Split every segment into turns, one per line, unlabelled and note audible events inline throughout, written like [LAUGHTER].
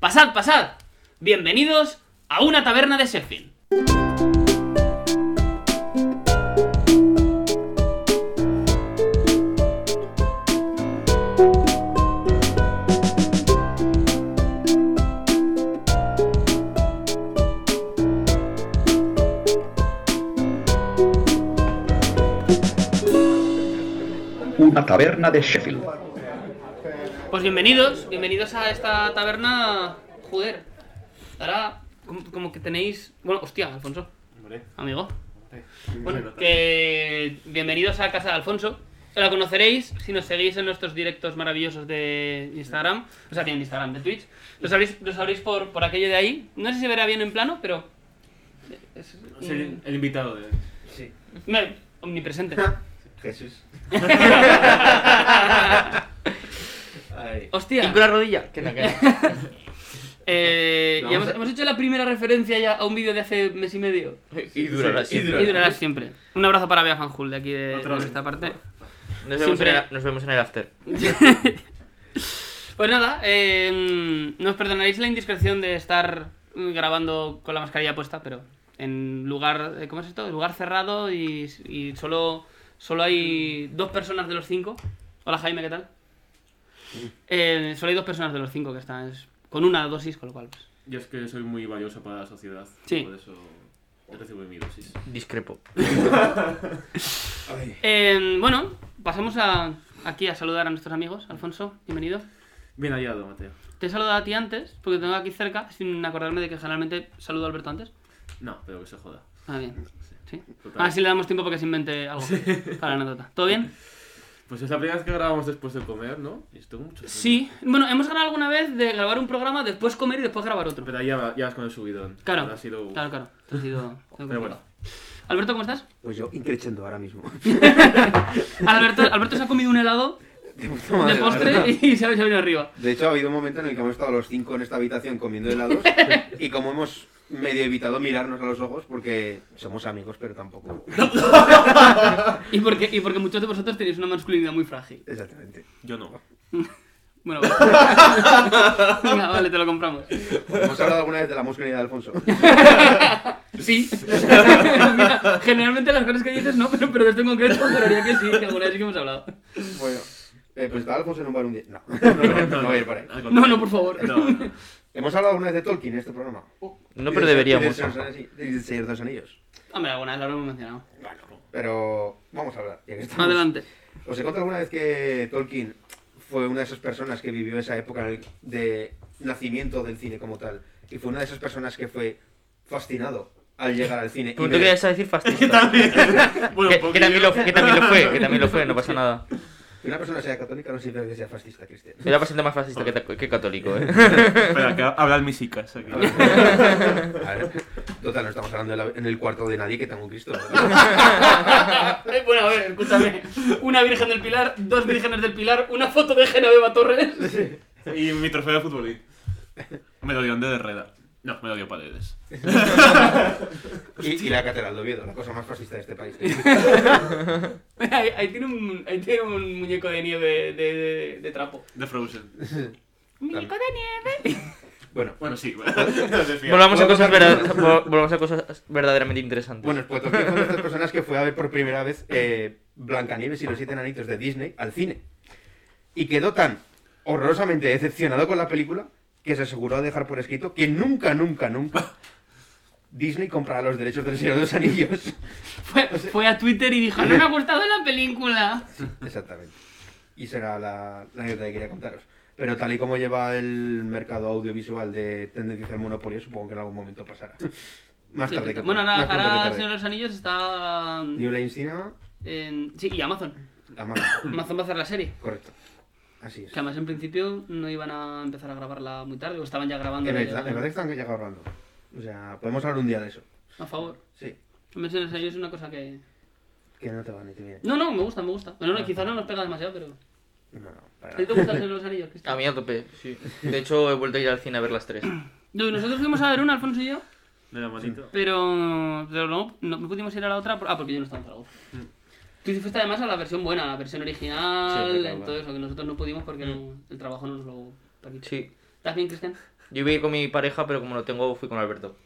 Pasad, pasad. Bienvenidos a una taberna de Sheffield.
Una taberna de Sheffield.
Pues bienvenidos, bienvenidos a esta taberna. Joder. Ahora, como, como que tenéis. Bueno, hostia, Alfonso,
Hombre,
amigo.
se
Bueno,
nota.
que bienvenidos a casa de Alfonso. La conoceréis si nos seguís en nuestros directos maravillosos de Instagram. O sea, de Instagram, de Twitch. Lo sabréis, lo sabréis por, por aquello de ahí. No sé si se verá bien en plano, pero. es-
Es el,
Mm.
el invitado eh. de
Me-
[LAUGHS]
omnipresente.
Jesús.
Hostia.
la rodilla. Que no cae.
Eh,
No,
ya
vamos
hemos,
a-
hemos hecho la primera referencia ya a un vídeo de hace mes y medio.
[LAUGHS] Y durará
Sí, y
Y durará siempre. Un abrazo para Bea Fanjul de aquí de,
Otra
de
vez.
esta parte.
Nos vemos, en
Siempre.
el, nos vemos en el after.
Pues nada, eh, nos perdonaréis la indiscreción de estar mm, grabando con la mascarilla puesta, pero en lugar, eh, ¿cómo es esto? Lugar cerrado y, y solo, solo hay dos personas de los cinco. Hola Jaime, ¿qué tal? Eh, solo hay dos personas de los cinco que están es- con una dosis, con lo cual... pues,
Yo es que soy muy valioso para la sociedad.
Sí.
Por eso recibo mi dosis.
Discrepo.
Eh, bueno, pasamos a, aquí a saludar a nuestros amigos. Alfonso, bienvenido.
Bien hallado, Mateo.
Te he saludado a ti antes, porque tengo aquí cerca, sin acordarme de que generalmente saludo a Alberto antes.
No, pero que se joda.
Ah, bien. ¿Sí?
Total.
Ah, sí le damos tiempo para que se invente algo para la anécdota. ¿Todo bien?
Pues es la primera vez que grabamos después de comer, ¿no? Y tengo mucho sueño.
Sí. Bueno, hemos ganado alguna vez de grabar un programa, después comer y después grabar otro.
Pero ahí ya, va- ya vas con el subidón.
Claro,
Ahora sí lo-
claro, claro. Esto ha sido-
[LAUGHS] Pero bueno.
Alberto, ¿cómo estás?
Pues yo increchendo ahora [LAUGHS] mismo.
Alberto, Alberto se ha comido un helado
De, puta
de
madre, la verdad.
postre y se ha se ha venido arriba.
De hecho, ha habido un momento en el que hemos estado los cinco en esta habitación comiendo helados
[LAUGHS]
y como hemos medio evitado mirarnos a los ojos porque somos amigos, pero tampoco.
Y porque, y porque muchos de vosotros tenéis una masculinidad muy frágil.
Exactamente.
Yo no.
Bueno,
[LAUGHS]
vale. Venga, vale, te lo compramos.
Hemos hablado alguna vez de la masculinidad de Alfonso.
Sí. [LAUGHS] Mira, generalmente las cosas que dices no, pero, pero de esto en concreto juraría que sí, que alguna vez sí que hemos hablado.
Bueno, eh, pues está Alfonso en un bar un día. No, [LAUGHS] no, no, no voy a ir para ahí.
Al
No,
contrario.
no, por favor. [LAUGHS]
No, no.
Hemos hablado alguna vez de Tolkien en este programa.
No,
Y
pero
de-
deberíamos.
y de Señor de los Anillos- y de Señor de los Anillos.
Hombre, alguna vez lo habremos mencionado. [LAUGHS]
Pero vamos a hablar. ya que estamos.
Adelante.
¿Os he contado alguna vez que Tolkien fue una de esas personas que vivió esa época de nacimiento del cine como tal? Y fue una de esas personas que fue fascinado al llegar al cine. y
Tú
ver-
te querías decir fascista. que,
Bueno, un
que también lo,
poquillo.
que también lo fue, que también lo fue, no pasa nada.
Que una persona sea católica no significa que sea fascista, Cristian.
Era bastante más fascista que, ta- que católico, eh.
Espera, que hablan mis chicas aquí.
[LAUGHS] A ver, Total, no estamos hablando de la- en el cuarto de nadie que tengo un Cristo.
[LAUGHS]
Eh, [LAUGHS] bueno, a ver, escúchame. Una Virgen del Pilar, dos Vírgenes del Pilar, una foto de Genoveva Torres. [LAUGHS]
Y mi trofeo de futbolín. Me lo dio de Herrera. No, me lo dio Paredes.
Y, y la catedral de Oviedo, la cosa más fascista de este
[LAUGHS]
país.
Ahí, ahí tiene un, ahí tiene un muñeco de nieve de, de- de trapo.
De Frozen.
Un muñeco de nieve.
Bueno,
[LAUGHS]
Bueno, sí. [LAUGHS] nos desviamos.
Volvamos a
Vamos
cosas
a-
verdad- vol- volvamos a cosas verdaderamente interesantes.
bueno, pues Tolkien fue una de estas personas que fue a ver por primera vez eh, Blancanieves y los siete enanitos de Disney al cine. y quedó tan horrorosamente decepcionado con la película que se aseguró de dejar por escrito que nunca, nunca, nunca Disney comprará los derechos del Señor de
[LAUGHS]
los Anillos.
Fue, fue a Twitter y dijo, no me ha gustado la película.
Exactamente. Y será la, la anécdota que quería contaros. Pero tal y como lleva el mercado audiovisual de tendencias al monopolio, supongo que en algún momento pasará. Más tarde que
bueno, ahora,
más pronto que
ahora el
tarde.
Señor de los Anillos está
New Line Cinema,
en... Sí, y Amazon.
Amazon.
[COUGHS] Amazon va a hacer la serie.
Correcto. Así es.
Que además en principio no iban a empezar a grabarla muy tarde, o estaban ya grabando.
En
ya
el, en
llegaban.
verdad están ya ahorrando. O sea, podemos hablar un día de eso.
A favor.
Sí.
El Señor de los Anillos es una cosa que...
Que no te va ni te viene.
No, no, me gusta, me gusta. Bueno,
Ah.
no, quizás no nos pega demasiado, pero...
No, no, para
¿A ti te
nada.
gusta el Señor de los Anillos,
A
Cristian?
mí a tope, sí. De hecho, he vuelto a ir al cine a ver las tres.
No, Nosotros fuimos a ver una, Alfonso y yo,
De la manito.
pero, pero no, no no pudimos ir a la otra. por- Ah, porque yo no estaba en Zaragoza.
Mm.
Tú sí fuiste además a la versión buena, a la versión original,
Sí, hombre, claro, Mm.
en todo eso, que nosotros no pudimos porque no- el trabajo no nos lo permitió.
Sí.
¿Estás bien, Cristian?
Yo iba a ir con mi pareja, pero como no tengo, fui con Alberto.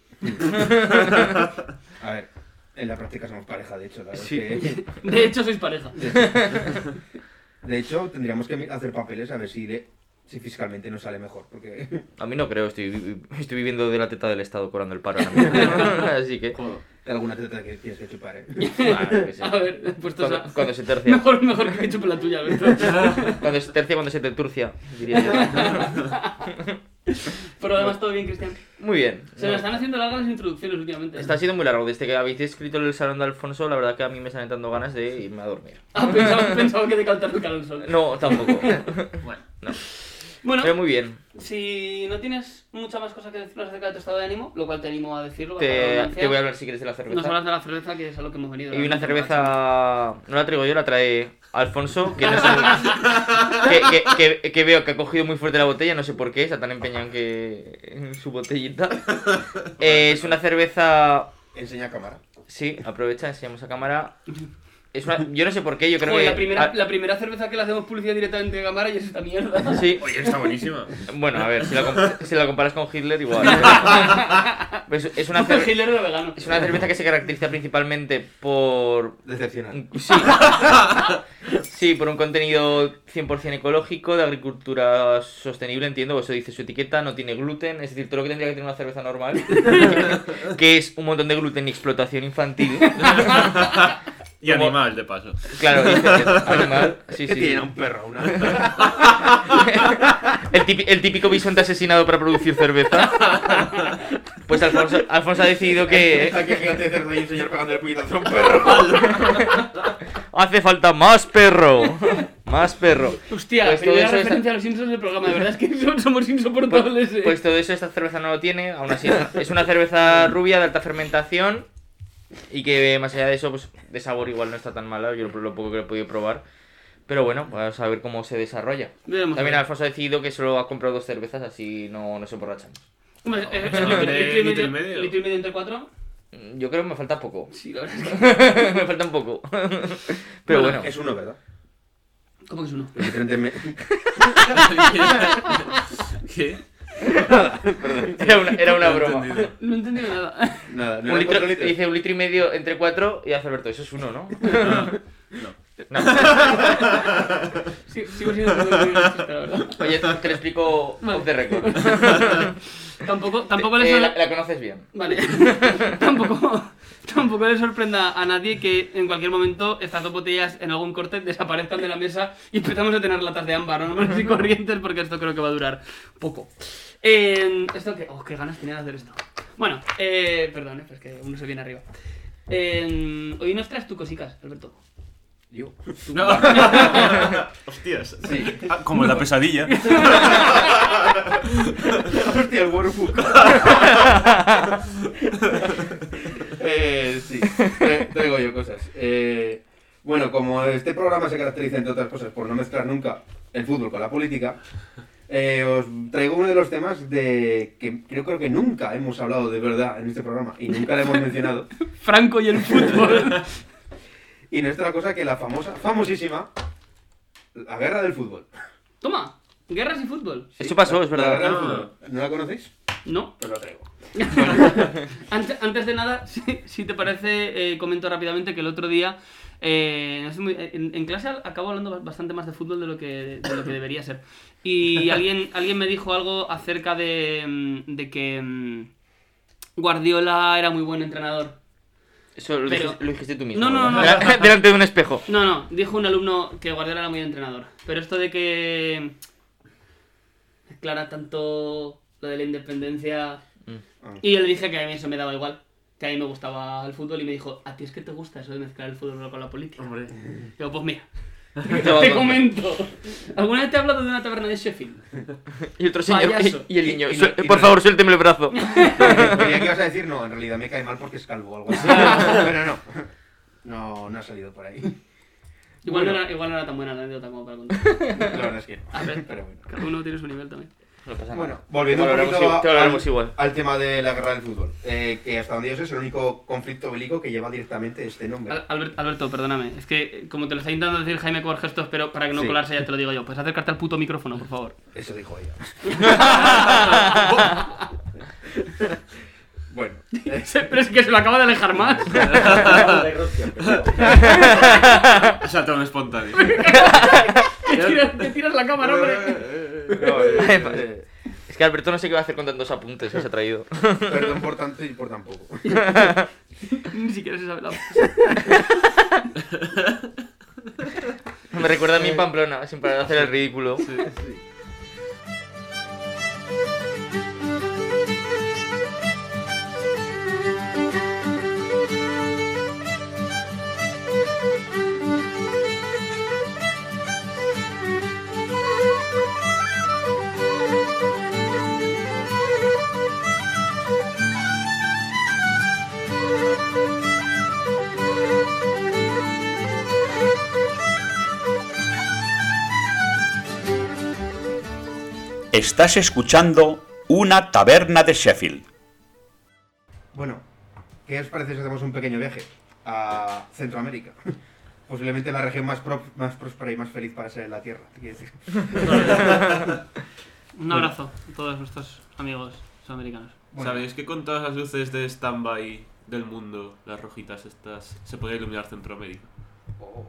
A ver, en la práctica somos pareja, de hecho. la verdad
Sí.
es que-
[LAUGHS]
De hecho, sois pareja.
de hecho, tendríamos que mi- hacer papeles a ver si, le- si fiscalmente nos sale mejor. Porque [LAUGHS]
A mí no creo, estoy, vi- estoy viviendo de la teta del Estado cobrando el paro ahora mismo. [LAUGHS] Así que.
Joder.
alguna teta que tienes que
[LAUGHS]
chupar, ¿eh?
ah, yo qué
[LAUGHS]
sé.
A ver, pues esto
Cuando,
es la- [LAUGHS]
cuando se tercia.
Mejor, mejor que me chupe la tuya, Alberto.
[LAUGHS] Cuando se tercia, cuando se te turcia, diría yo.
Pero además todo bien, Cristian.
Muy bien.
Se me están haciendo largas las introducciones últimamente.
Está siendo muy largo. Desde que habéis escrito el salón de Alfonso, la verdad que a mí me están entrando ganas de irme a dormir.
Ah, pensaba, pensaba que de calzar el calor sol.
No,
[LAUGHS]
tampoco.
Bueno,
Bueno,
Pero muy bien.
si no tienes mucha más cosa que decirnos acerca de tu estado de ánimo, lo cual te animo a decirlo, valga la
Te,
redundancia,
te voy a hablar si quieres de la
nos hablas
cerveza.
de la cerveza, que es a lo que hemos venido.
Y una
realmente,
cerveza. No la traigo yo, la trae Alfonso, que no sé. que, que- que- que veo que ha cogido muy fuerte la botella, no sé por qué, está tan empeñado en que. en su botellita. Eh, es una cerveza.
Enseña a cámara.
Sí, aprovecha, enseñamos a cámara. Es
[LAUGHS]
una... Yo no sé por qué, yo creo
Joder,
que.
la, primera,
ah,
la primera cerveza que le hacemos publicidad directamente de cámara y es esta
[LAUGHS]
mierda.
Sí,
oye, está buenísima.
Bueno, a ver, si la, comp- si la comparas con Hitler, igual.
[LAUGHS]
pero- Es, es una
Puto
cer-
Hitler era vegano.
es una cerveza que se caracteriza principalmente por.
[LAUGHS]
Decepcionante.
Sí. Sí, por un contenido 100% ecológico, de agricultura sostenible, entiendo, eso dice su etiqueta, no tiene gluten, es decir, todo lo que tendría que tener una
[LAUGHS]
cerveza normal, que es un montón de gluten y
[LAUGHS]
explotación infantil.
Y
Como-
animal, de paso.
Claro, dice animal. Sí,
que
sí.
tiene un perro, una. [LAUGHS]
El típico, el típico bisonte asesinado para producir cerveza. Pues Alfonso, Alfonso ha decidido que
Aquí gigante de cerdo y un señor pegando el
[LAUGHS]
puñetazo a un perro.
hace falta más perro. Más perro.
[LAUGHS] Hostia,
Pues todo
primera
eso
referencia a los Simpsons del programa, de verdad es que [LAUGHS] so- somos insoportables. eh.
Pues todo eso esta cerveza no lo tiene, aún así es una cerveza rubia de alta fermentación y que más allá de eso, pues de sabor igual no está tan mala, yo lo, lo poco que lo he podido probar. Pero bueno, vamos a ver cómo se desarrolla.
Veremos.
También Alfonso ha decidido que solo ha comprado dos cervezas, así no, no se emborrachan.
Hombre, eh,
No,
litro-
de
litro y
litro y
medio-
medio.
litro y medio entre cuatro.
Yo creo que me falta poco. [LAUGHS]
Sí, la verdad es
[LAUGHS]
que.
me falta un poco. Pero bueno.
Es uno, ¿verdad?
¿Cómo que es uno?
El diferente me- [LAUGHS]
¿Qué?
[LAUGHS] Era una, era una
No he
broma.
entendido.
No he entendido nada. [LAUGHS]
Nada, no
Un
era
litro,
cuatro litros.
dice un litro y medio entre cuatro y hace Alberto, eso es uno, ¿no? No.
Sí, sigo siendo un poco nervioso, la
[LAUGHS]
verdad. [LAUGHS]
Oye, te lo explico off the record.
Tampoco, tampoco le
Eh,
sor-
la, la conoces bien.
Vale. [LAUGHS] tampoco, tampoco le sorprenda a nadie que en cualquier momento estas dos botellas en algún corte desaparezcan de la mesa y empezamos a tener latas de ámbar, [LAUGHS] normales y corrientes, porque esto creo que va a durar poco. Eh, esto que. Oh, qué ganas tenía de hacer esto. Bueno, eh, perdón, eh, pero es que uno se viene arriba. Eh, hoy nos traes tú cosicas, Alberto.
Yo.
No. Hostias.
[LAUGHS] Sí.
Ah, como en la [LAUGHS] pesadilla.
Hostia, el [LAUGHS] Warfuck. eh, sí, tra- traigo yo cosas. Eh, bueno, como este programa se caracteriza, entre otras cosas, por no mezclar nunca el fútbol con la política, eh, os traigo uno de los temas de que creo, creo que nunca hemos hablado de verdad en este programa y nunca lo [LAUGHS] hemos mencionado.
Franco y el fútbol.
Y no es otra cosa que la famosa, famosísima, la guerra del fútbol.
Toma, guerras y fútbol.
Eso pasó, es
La guerra
verdad.
del fútbol. ¿No la conocéis?
No,
Ah. Pues la traigo.
Ante- Antes, de nada, [LAUGHS] si, si te parece, eh, comento rápidamente que el otro día, eh, no sé muy- en, en clase al- acabo hablando ba- bastante más de fútbol de lo que, de lo que debería ser. Y alguien, alguien me dijo algo acerca de, mm, de que mm, Guardiola era muy buen entrenador.
Eso lo,
Pero-
dijiste, lo dijiste tú mismo.
No, no, no,
¿verdad? [LAUGHS] Delante de un espejo.
No, no, dijo un alumno que Guardiola era muy buen entrenador. Pero esto de que declara tanto lo de la independencia
Mm.
Y yo le dije que a mí eso me daba igual, que a mí me gustaba el fútbol y me dijo, ¿a ti es que te gusta eso de mezclar el fútbol con la política?
Hombre.
Digo, pues
[LAUGHS]
mira,
Te va a
te
contar.
comento. ¿Alguna vez te he hablado de una taberna de Sheffield?
Y otro señor.
Payaso.
Y el niño.
Y- y
"Suel-
no- y
por
no-
favor, suélteme el brazo.
Creía que ibas a decir, no, en realidad me cae mal porque es calvo o algo
[LAUGHS]
así. Pero no. No, no ha salido por ahí.
Igual,
Bueno. [LAUGHS]
no era, igual no era tan buena la anécdota como para contar.
La verdad es que no.
A ver.
Pero bueno.
Cada uno tiene su nivel también.
No [LAUGHS] pasa nada.
Bueno, volviendo
Te
un
valoramos
poquito
igual-
a-
te valoramos
al, [LAUGHS]
igual.
al tema de la guerra del fútbol, eh, que hasta donde yo sé es el único conflicto bélico que lleva directamente este nombre.
Ah.
Al- Albert- Alberto, perdóname. Es que eh, como te lo está intentando decir Jaime con gestos, pero para que no
Sí.
colarse ya te lo digo yo. Puedes acercarte al puto micrófono, por favor.
Eso dijo ella. bueno, eh,
Se- pero es que se lo acaba de alejar
[LAUGHS]
más.
Ha saltado un espontáneo.
Que tiras, que tiras la cámara,
[LAUGHS]
hombre.
[LAUGHS]
eh,
Es que Alberto no sé qué va a hacer con tantos apuntes que se ha
[LAUGHS]
traído.
perdón por tanto y por tampoco.
Ni siquiera se sabe la.
Me recuerda
Eh.
a mí en Pamplona, sin parar de hacer el ridículo.
Estás escuchando Una taberna de Sheffield.
Bueno, ¿qué os parece si hacemos un pequeño viaje a Centroamérica? Posiblemente la región más, pro- más próspera y más feliz para ser la Tierra, te quiero decir.
Un abrazo a todos nuestros amigos sudamericanos.
Bueno.
¿Sabéis que con todas las luces de stand-by del mundo, las rojitas estas, se podría iluminar Centroamérica? [LAUGHS] es Oh.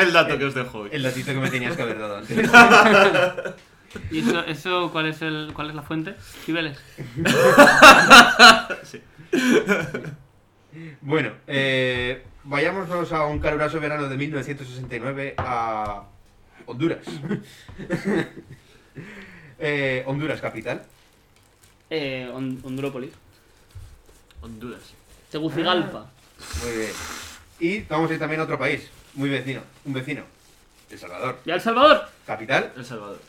el dato que os dejo hoy.
El datito que me tenías que haber dado antes.
¿Y eso, eso cuál, es el, cuál es la fuente? Cibeles.
Bueno, eh, vayámonos a un caluroso verano de 1969 a Honduras. [LAUGHS] Eh, Honduras, capital.
Eh, Hon- Hondurópolis.
Honduras.
Tegucigalpa.
Muy bien. Y vamos a ir también a otro país, muy vecino, un vecino. El Salvador,
¿Y a El Salvador?
capital.
El Salvador.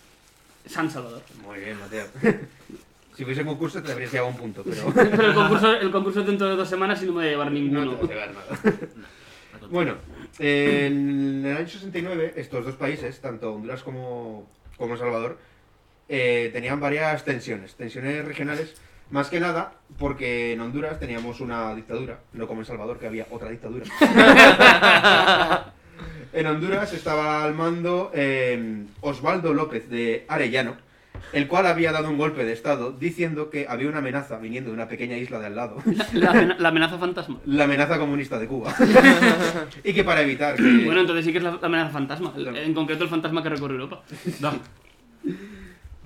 San Salvador.
Muy bien, Mateo. [LAUGHS] Si fuese un concurso te habrías llevado un punto, pero
Pero el concurso, el concurso dentro de dos semanas y no me voy a llevar
no
ninguno.
te vas a llevar [LAUGHS] nada. Bueno, en el año 69, estos dos países, tanto Honduras como, como El Salvador, eh, tenían varias tensiones, tensiones regionales, más que nada porque en Honduras teníamos una dictadura, no como en El Salvador, que había otra [LAUGHS] dictadura. en Honduras estaba al mando eh, Osvaldo López de Arellano, el cual había dado un golpe de Estado diciendo que había una amenaza viniendo de una pequeña isla de al lado
La, amena- la amenaza
[LAUGHS]
fantasma.
la amenaza comunista
[LAUGHS]
de Cuba. y que para evitar que...
Bueno, entonces sí que es la, la amenaza fantasma. El-
Claro.
En concreto el fantasma que recorre Europa.
No.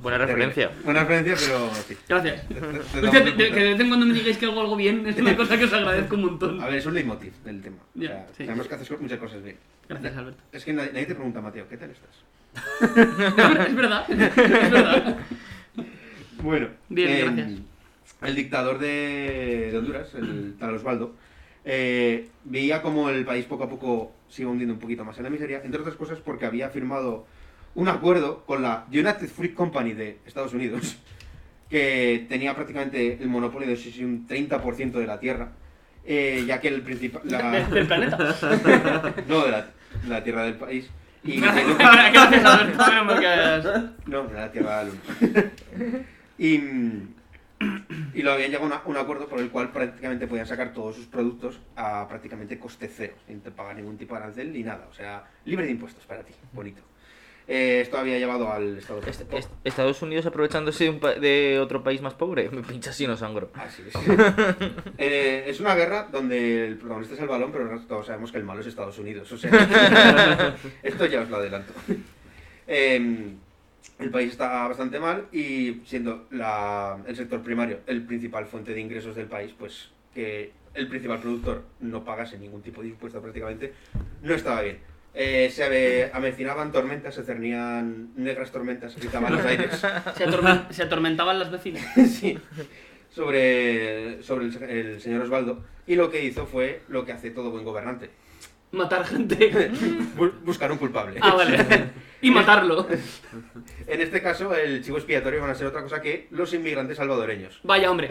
Buena
Terrible.
referencia.
Buena referencia, pero sí.
Gracias.
Te- te- te damos
Hostia,
el
que que
punto.
de vez en cuando me digáis que hago algo bien es una cosa que os agradezco un montón.
[LAUGHS] A ver, es un leitmotiv del tema. O
Ya,
sea,
sí.
Sabemos que haces muchas cosas bien.
Gracias, [LAUGHS] Alberto.
Es que nadie, nadie te pregunta, Mateo, ¿qué tal estás?
Es verdad, [LAUGHS] es verdad.
Bueno, eh,
Bien, gracias.
El dictador de, de Honduras, el tal Osvaldo, eh, veía como el país poco a poco se iba hundiendo un poquito más en la miseria, entre otras cosas porque había firmado un acuerdo con la United Fruit Company de Estados Unidos, [LAUGHS] que tenía prácticamente el monopolio de no sé si un 30% de la tierra, eh, ya que el principal...
De- [LAUGHS]
la-
Del planeta.
[LAUGHS] no, de la, de la tierra del país.
[LAUGHS]
Y
Gracias, Alberto. menos mal que has-
no, de la Tierra de la Luna. y, mm, y lo había llegado a una- un acuerdo por el cual prácticamente podían sacar todos sus productos a prácticamente coste cero, sin te pagar ningún tipo de arancel ni nada. O sea, libre de impuestos para ti, bonito. Eh, esto había llevado al Estado
Est-
de
est- Estados Unidos aprovechándose de, un pa- de otro país más pobre. [LAUGHS] Me pincha así no sangro.
Así es. Eh, es una guerra donde el protagonista es el balón, pero nosotros todos sabemos que el malo es Estados Unidos. O sea, esto ya os lo adelanto. Eh, el país está bastante mal y siendo la- el sector primario el principal fuente de ingresos del país, pues que el principal productor no pagase ningún tipo de impuesto prácticamente, no estaba bien. Eh, se ave- avecinaban tormentas, se cernían negras tormentas, gritaban los aires.
Se, [LAUGHS] atormen- se atormentaban las vecinas.
[LAUGHS] Sí. sobre, sobre el, el señor Osvaldo. Y lo que hizo fue lo que hace todo buen gobernante.
Matar gente.
Bu- Buscar un culpable.
Ah, vale. Y matarlo.
En este caso, el chivo expiatorio van a ser otra cosa que los inmigrantes salvadoreños.
Vaya, hombre.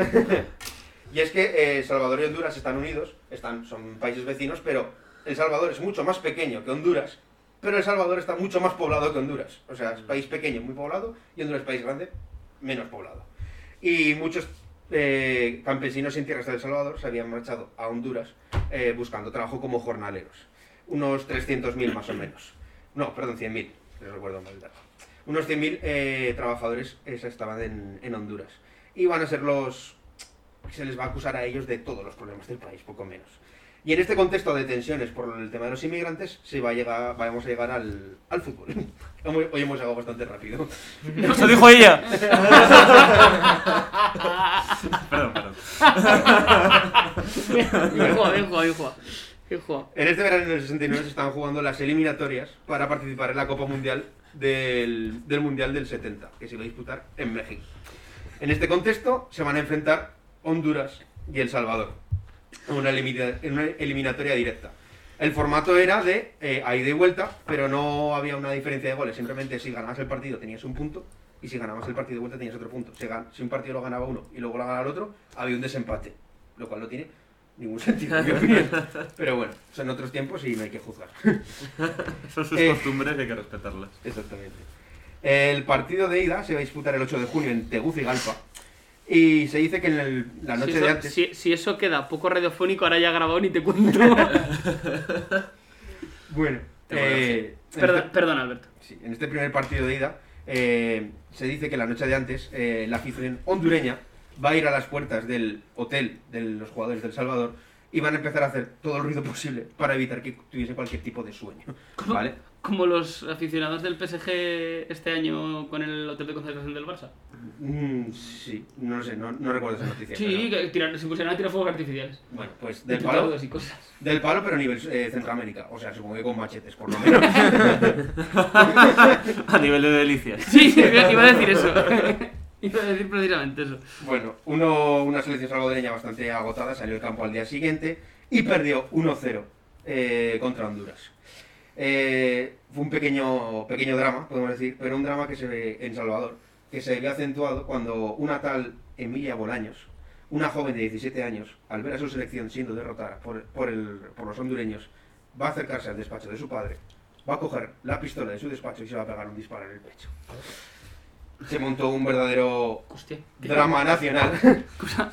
Y es que eh, Salvador y Honduras están unidos, están, son países vecinos, pero El Salvador es mucho más pequeño que Honduras pero El Salvador está mucho más poblado que Honduras. O sea, es país pequeño, muy poblado, y Honduras es país grande, menos poblado. Y muchos eh, campesinos sin tierras de El Salvador se habían marchado a Honduras eh, buscando trabajo como jornaleros. Unos 300.000 más o menos. No, perdón, 100.000, les recuerdo mal el dato. Unos 100.000 eh, trabajadores eh, se estaban en, en Honduras. Y van a ser los... Se les va a acusar a ellos de todos los problemas del país, poco menos. Y en este contexto de tensiones por el tema de los inmigrantes, se va a llegar, vamos a llegar al, al fútbol. [LAUGHS] Hoy hoy hemos llegado bastante rápido.
Eso dijo ella.
Perdón, perdón.
Bien jugado, bien jugado, bien jugado. Bien jugado.
En este verano del 69 se estaban jugando las eliminatorias para participar en la Copa Mundial del, del Mundial del 70, que se iba a disputar en México. En este contexto se van a enfrentar Honduras y El Salvador en una, elimina- en una eliminatoria directa. El formato era de eh, a ida y vuelta, pero no había una diferencia de goles. Simplemente si ganabas el partido tenías un punto y si ganabas el partido de vuelta tenías otro punto. Si, gan- si un partido lo ganaba uno y luego lo ganaba el otro, había un desempate, lo cual no tiene ningún sentido. en mi opinión. Pero bueno, son otros tiempos y no hay que juzgar.
Son sus
Eh.
costumbres y hay que respetarlas.
Exactamente. El partido de ida se va a disputar el 8 de junio en Tegucigalpa. Y se dice que en el- la noche
si,
de
eso,
antes.
si- si eso queda poco radiofónico, ahora ya grabado ni te [LAUGHS] cuento.
Bueno, eh, en
Perdón,
este-
perdón, Alberto.
sí, en este primer partido de ida eh, se dice que la noche de antes eh, la afición hondureña va a ir a las puertas del hotel de los jugadores del Salvador y van a empezar a hacer todo el ruido posible para evitar que tuviese cualquier tipo de sueño.
¿Cómo?
¿Vale?
Como los aficionados del PSG este año con el hotel de concentración del Barça.
Mm, sí, no lo sé, no, no recuerdo esa noticia.
Sí,
pero-
que tirar, se pusieron a tirar fuegos artificiales.
Bueno, pues del
Y
palo.
petardos y
[LAUGHS]
cosas.
Del palo, pero a nivel eh, Centroamérica. O sea, supongo que con machetes, por lo menos.
A nivel de delicias.
Sí, sí, iba a decir
[LAUGHS]
eso. [LAUGHS] iba a decir precisamente eso.
bueno, uno, una selección salvadoreña bastante agotada salió al campo al día siguiente y perdió 1-0 eh, contra Honduras. Eh, fue un pequeño, pequeño drama, podemos decir, pero un drama que se ve en Salvador, que se vio acentuado cuando una tal Emilia Bolaños, una joven de 17 años, al ver a su selección siendo derrotada por, por el- por los hondureños, va a acercarse al despacho de su padre, va a coger la pistola de su despacho y se va a pegar un disparo en el pecho. Se montó un verdadero
Hostia.
drama nacional.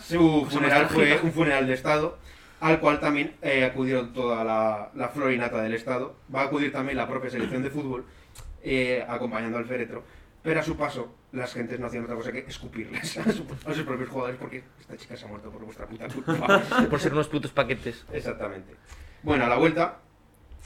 Su
[LAUGHS] cosa
funeral
más
fue
trágica.
un funeral de Estado, al cual también eh, acudieron toda la, la flor y nata del Estado. Va a acudir también la propia selección de fútbol, eh, acompañando al féretro. Pero a su paso, las gentes no hacían otra cosa que escupirles [LAUGHS] a, su- a sus propios jugadores porque esta chica se ha muerto por vuestra puta culpa.
Por ser unos putos paquetes.
Exactamente. Bueno, a la vuelta,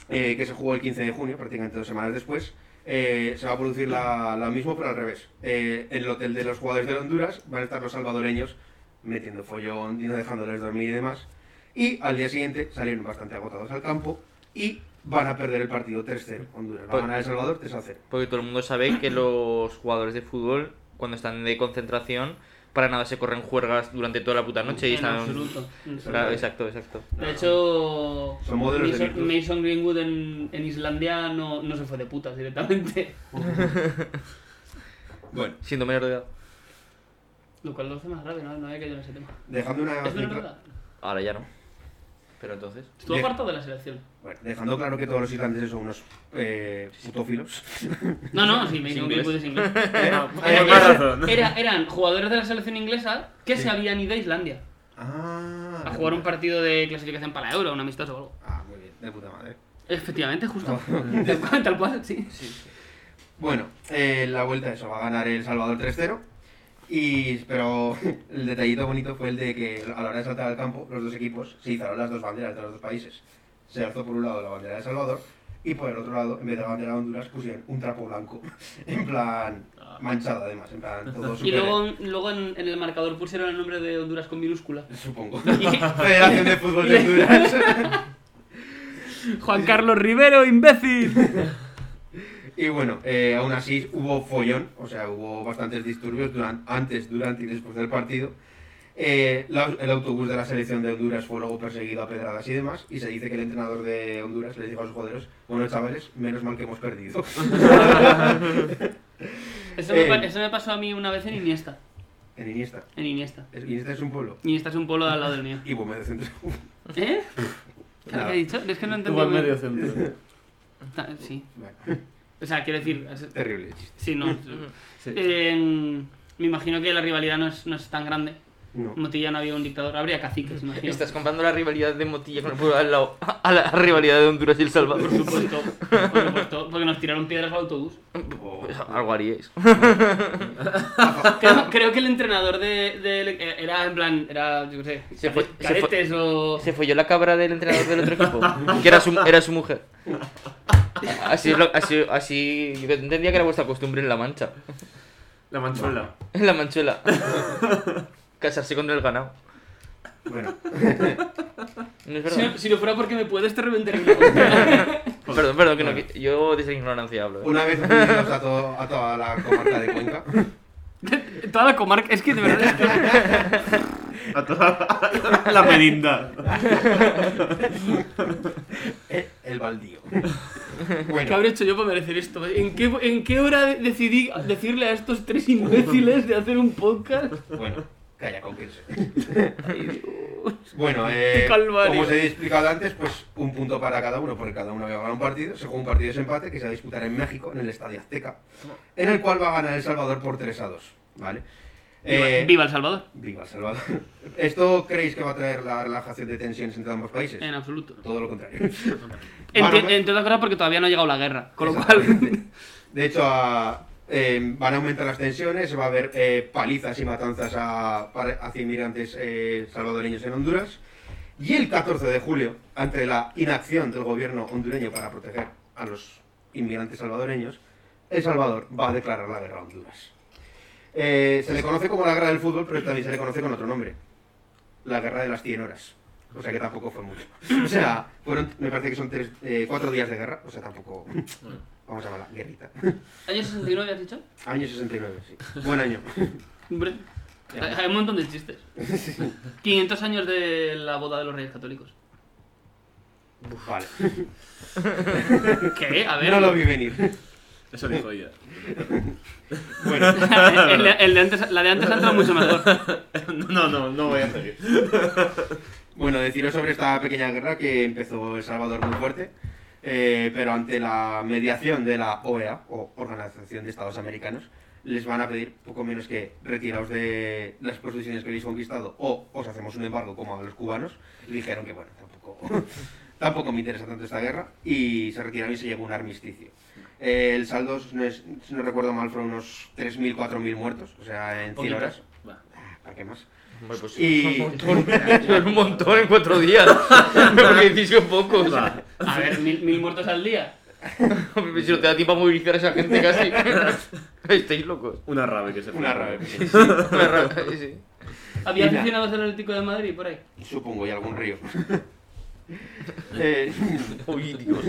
eh, que se jugó el 15 de junio, prácticamente dos semanas después, eh, se va a producir la, la mismo, pero al revés. Eh, en el hotel de los jugadores de Honduras van a estar los salvadoreños metiendo follón y no dejándoles dormir y demás. Y al día siguiente salieron bastante agotados al campo y van a perder el partido 3-0. Honduras va a ganar El Salvador 3-0.
Porque todo el mundo sabe que los jugadores de fútbol, cuando están de concentración, para nada se corren juergas durante toda la puta noche y
En
están.
absoluto. en
Claro,
absoluto.
exacto, exacto.
De hecho,
Son modelos de
Mason,
virtud.
Mason Greenwood en, en Islandia no, no se fue de putas directamente. [LAUGHS]
Bueno,
Siendo menor de edad.
Lo cual lo hace más grave, no, no había caído en ese tema.
dejando una...
Es menor de edad.
Ahora ya no. Pero entonces.
Estuvo
Bien.
apartado de la selección.
bueno, dejando claro que todos los irlandeses son unos eh,
[LAUGHS]
putófilos. ¿eh?
No, no, sí, Mason
inglés.
Greenwood es
[LAUGHS]
inglés.
Hay
Era-
alguna
era-
razón.
era- eran jugadores de la selección inglesa que se habían ido a Islandia
Ah,
a jugar un partido de clasificación para la Euro, un amistoso o algo.
Ah, muy bien, de puta madre.
Efectivamente, justo. [LAUGHS] tal, cual, tal cual, sí.
Bueno, eh, la vuelta eso, va a ganar El Salvador 3-0. Y, pero [LAUGHS] el detallito bonito fue el de que a la hora de saltar al campo, los dos equipos se izaron las dos banderas de los dos países. Se alzó por un lado la bandera de El Salvador y por el otro lado, en vez de la bandera de Honduras, pusieron un trapo blanco. [LAUGHS] En plan, manchado además, en plan, todo
Ah. [LAUGHS] Y
súper-
luego, luego en, en el marcador pusieron el nombre de Honduras con minúscula.
Supongo. [LAUGHS] Federación de Fútbol de Honduras.
[LAUGHS] Juan Carlos Rivero, imbécil.
Y bueno, eh, aún así hubo follón, o sea, hubo bastantes disturbios duran- antes, durante y después del partido. Eh, la- el autobús de la selección de Honduras fue luego perseguido a pedradas y demás, y se dice que el entrenador de Honduras les dijo a sus jugadores, bueno chavales, menos mal que hemos perdido. [LAUGHS]
Eso me,
Eh.
pa- eso me pasó a mí una vez en Iniesta.
en Iniesta.
En Iniesta.
Es- Iniesta es un pueblo.
Iniesta es un pueblo de al lado del mío.
Y Gómez de centro. [LAUGHS]
¿Eh? ¿Qué
Nada.
he dicho? Es que no entendí.
Igual
muy bien.
medio centro.
Ta- Sí.
Bueno,
O sea, quiero decir. es-
terrible chiste.
Sí, no.
Sí.
Eh, me imagino que la rivalidad no es, no es tan grande.
No.
En Motilla no había un dictador, habría caciques, imagino.
Estás comparando la rivalidad de Motilla con el pueblo al lado [LAUGHS] a la rivalidad de Honduras y El Salvador.
Por supuesto, por supuesto, porque nos tiraron piedras al autobús.
[LAUGHS] Pues Algo haríais.
Creo, creo que el entrenador de, de- era en plan, era, yo qué sé,
Se fue-
care-
se fue-
caretes o...
Se folló la cabra del entrenador del otro equipo, que era su, era su mujer. Así, es lo- así, así yo entendía que era vuestra costumbre en La Mancha,
La manchuela.
en La Manchuela. Casarse con el ganado.
Bueno,
No es
Si,
verdad.
si no fuera porque me puedes, te reventaría.
[LAUGHS] Perdón, perdón, que no, que yo desde la ignorancia hablo. ¿eh?
una vez unimos a, todo- a toda la comarca de Cuenca.
Toda la comarca, es que de verdad es que...
A toda [LAUGHS] la merinda.
eh, El baldío.
¿Qué
Bueno,
habré hecho yo para merecer esto? ¿En qué, en qué hora decidí decirle a estos tres imbéciles de hacer un podcast?
bueno, calla, concurso.
[LAUGHS] Ay, Dios.
Bueno, eh,
Qué calvario.
como os he explicado antes, pues un punto para cada uno, porque cada uno va a ganar un partido. Se juega un partido de desempate que se va a disputar en México, en el Estadio Azteca, en el cual va a ganar El Salvador por 3 a 2. ¿Vale? Eh,
Viva, viva El Salvador.
viva El Salvador. [LAUGHS] ¿Esto creéis que va a traer la relajación de tensiones entre ambos países?
En absoluto.
Todo lo contrario.
Entre,
Bueno, pues-
entre otras cosas porque todavía no ha llegado la guerra. Con lo cual... [LAUGHS]
Exactamente. De hecho, a- eh, van a aumentar las tensiones, va a haber eh, palizas y matanzas a, para- hacia inmigrantes eh, salvadoreños en Honduras. Y el 14 de julio, ante la inacción del gobierno hondureño para proteger a los inmigrantes salvadoreños, El Salvador va a declarar la guerra a Honduras. Eh, se le conoce como la guerra del fútbol, pero también se le conoce con otro nombre. La guerra de las 100 horas. O sea que tampoco fue mucho. O sea, fueron, me parece que son tres, eh, cuatro días de guerra. O sea, tampoco... Vamos a llamarla guerrita.
¿Año 69 has dicho?
Año 69, sí.
[LAUGHS]
Buen año.
Hombre, hay hay un montón de
[LAUGHS]
chistes. 500 años de la boda de los reyes
[LAUGHS]
católicos.
Vale.
¿Qué? A ver.
No lo vi venir.
Eso dijo ella.
Bueno,
[LAUGHS] El de- el de antes- la de antes ha entrado mucho mejor.
No, no, no voy a seguir.
[LAUGHS] bueno, deciros sobre esta pequeña guerra que empezó El Salvador muy fuerte, eh, pero ante la mediación de la OEA, o Organización de Estados Americanos, les van a pedir poco menos que retiraos de las posiciones que habéis conquistado o os hacemos un embargo como a los cubanos. Y dijeron que, bueno, tampoco, [LAUGHS] tampoco me interesa tanto esta guerra y se retiraron y se llegó a un armisticio. Eh, el saldo, si no, es- si no recuerdo mal, fueron unos 3.000, 4.000 muertos, o sea, en 100
Poquito.
horas.
Va.
¿Para qué más?
Hombre, pues,
Y-
un montón, un montón en cuatro días. Porque decís que pocos.
Va.
A ver, mil, mil muertos al día.
Si no te da tiempo a movilizar a esa gente casi. Estáis locos.
Una rave que se fue.
Una rave.
Me ra- sí.
Había
Mira.
aficionados al Atlético de Madrid por ahí.
Supongo, y algún río. [LAUGHS] Eh,
[LAUGHS] Uy, Dios.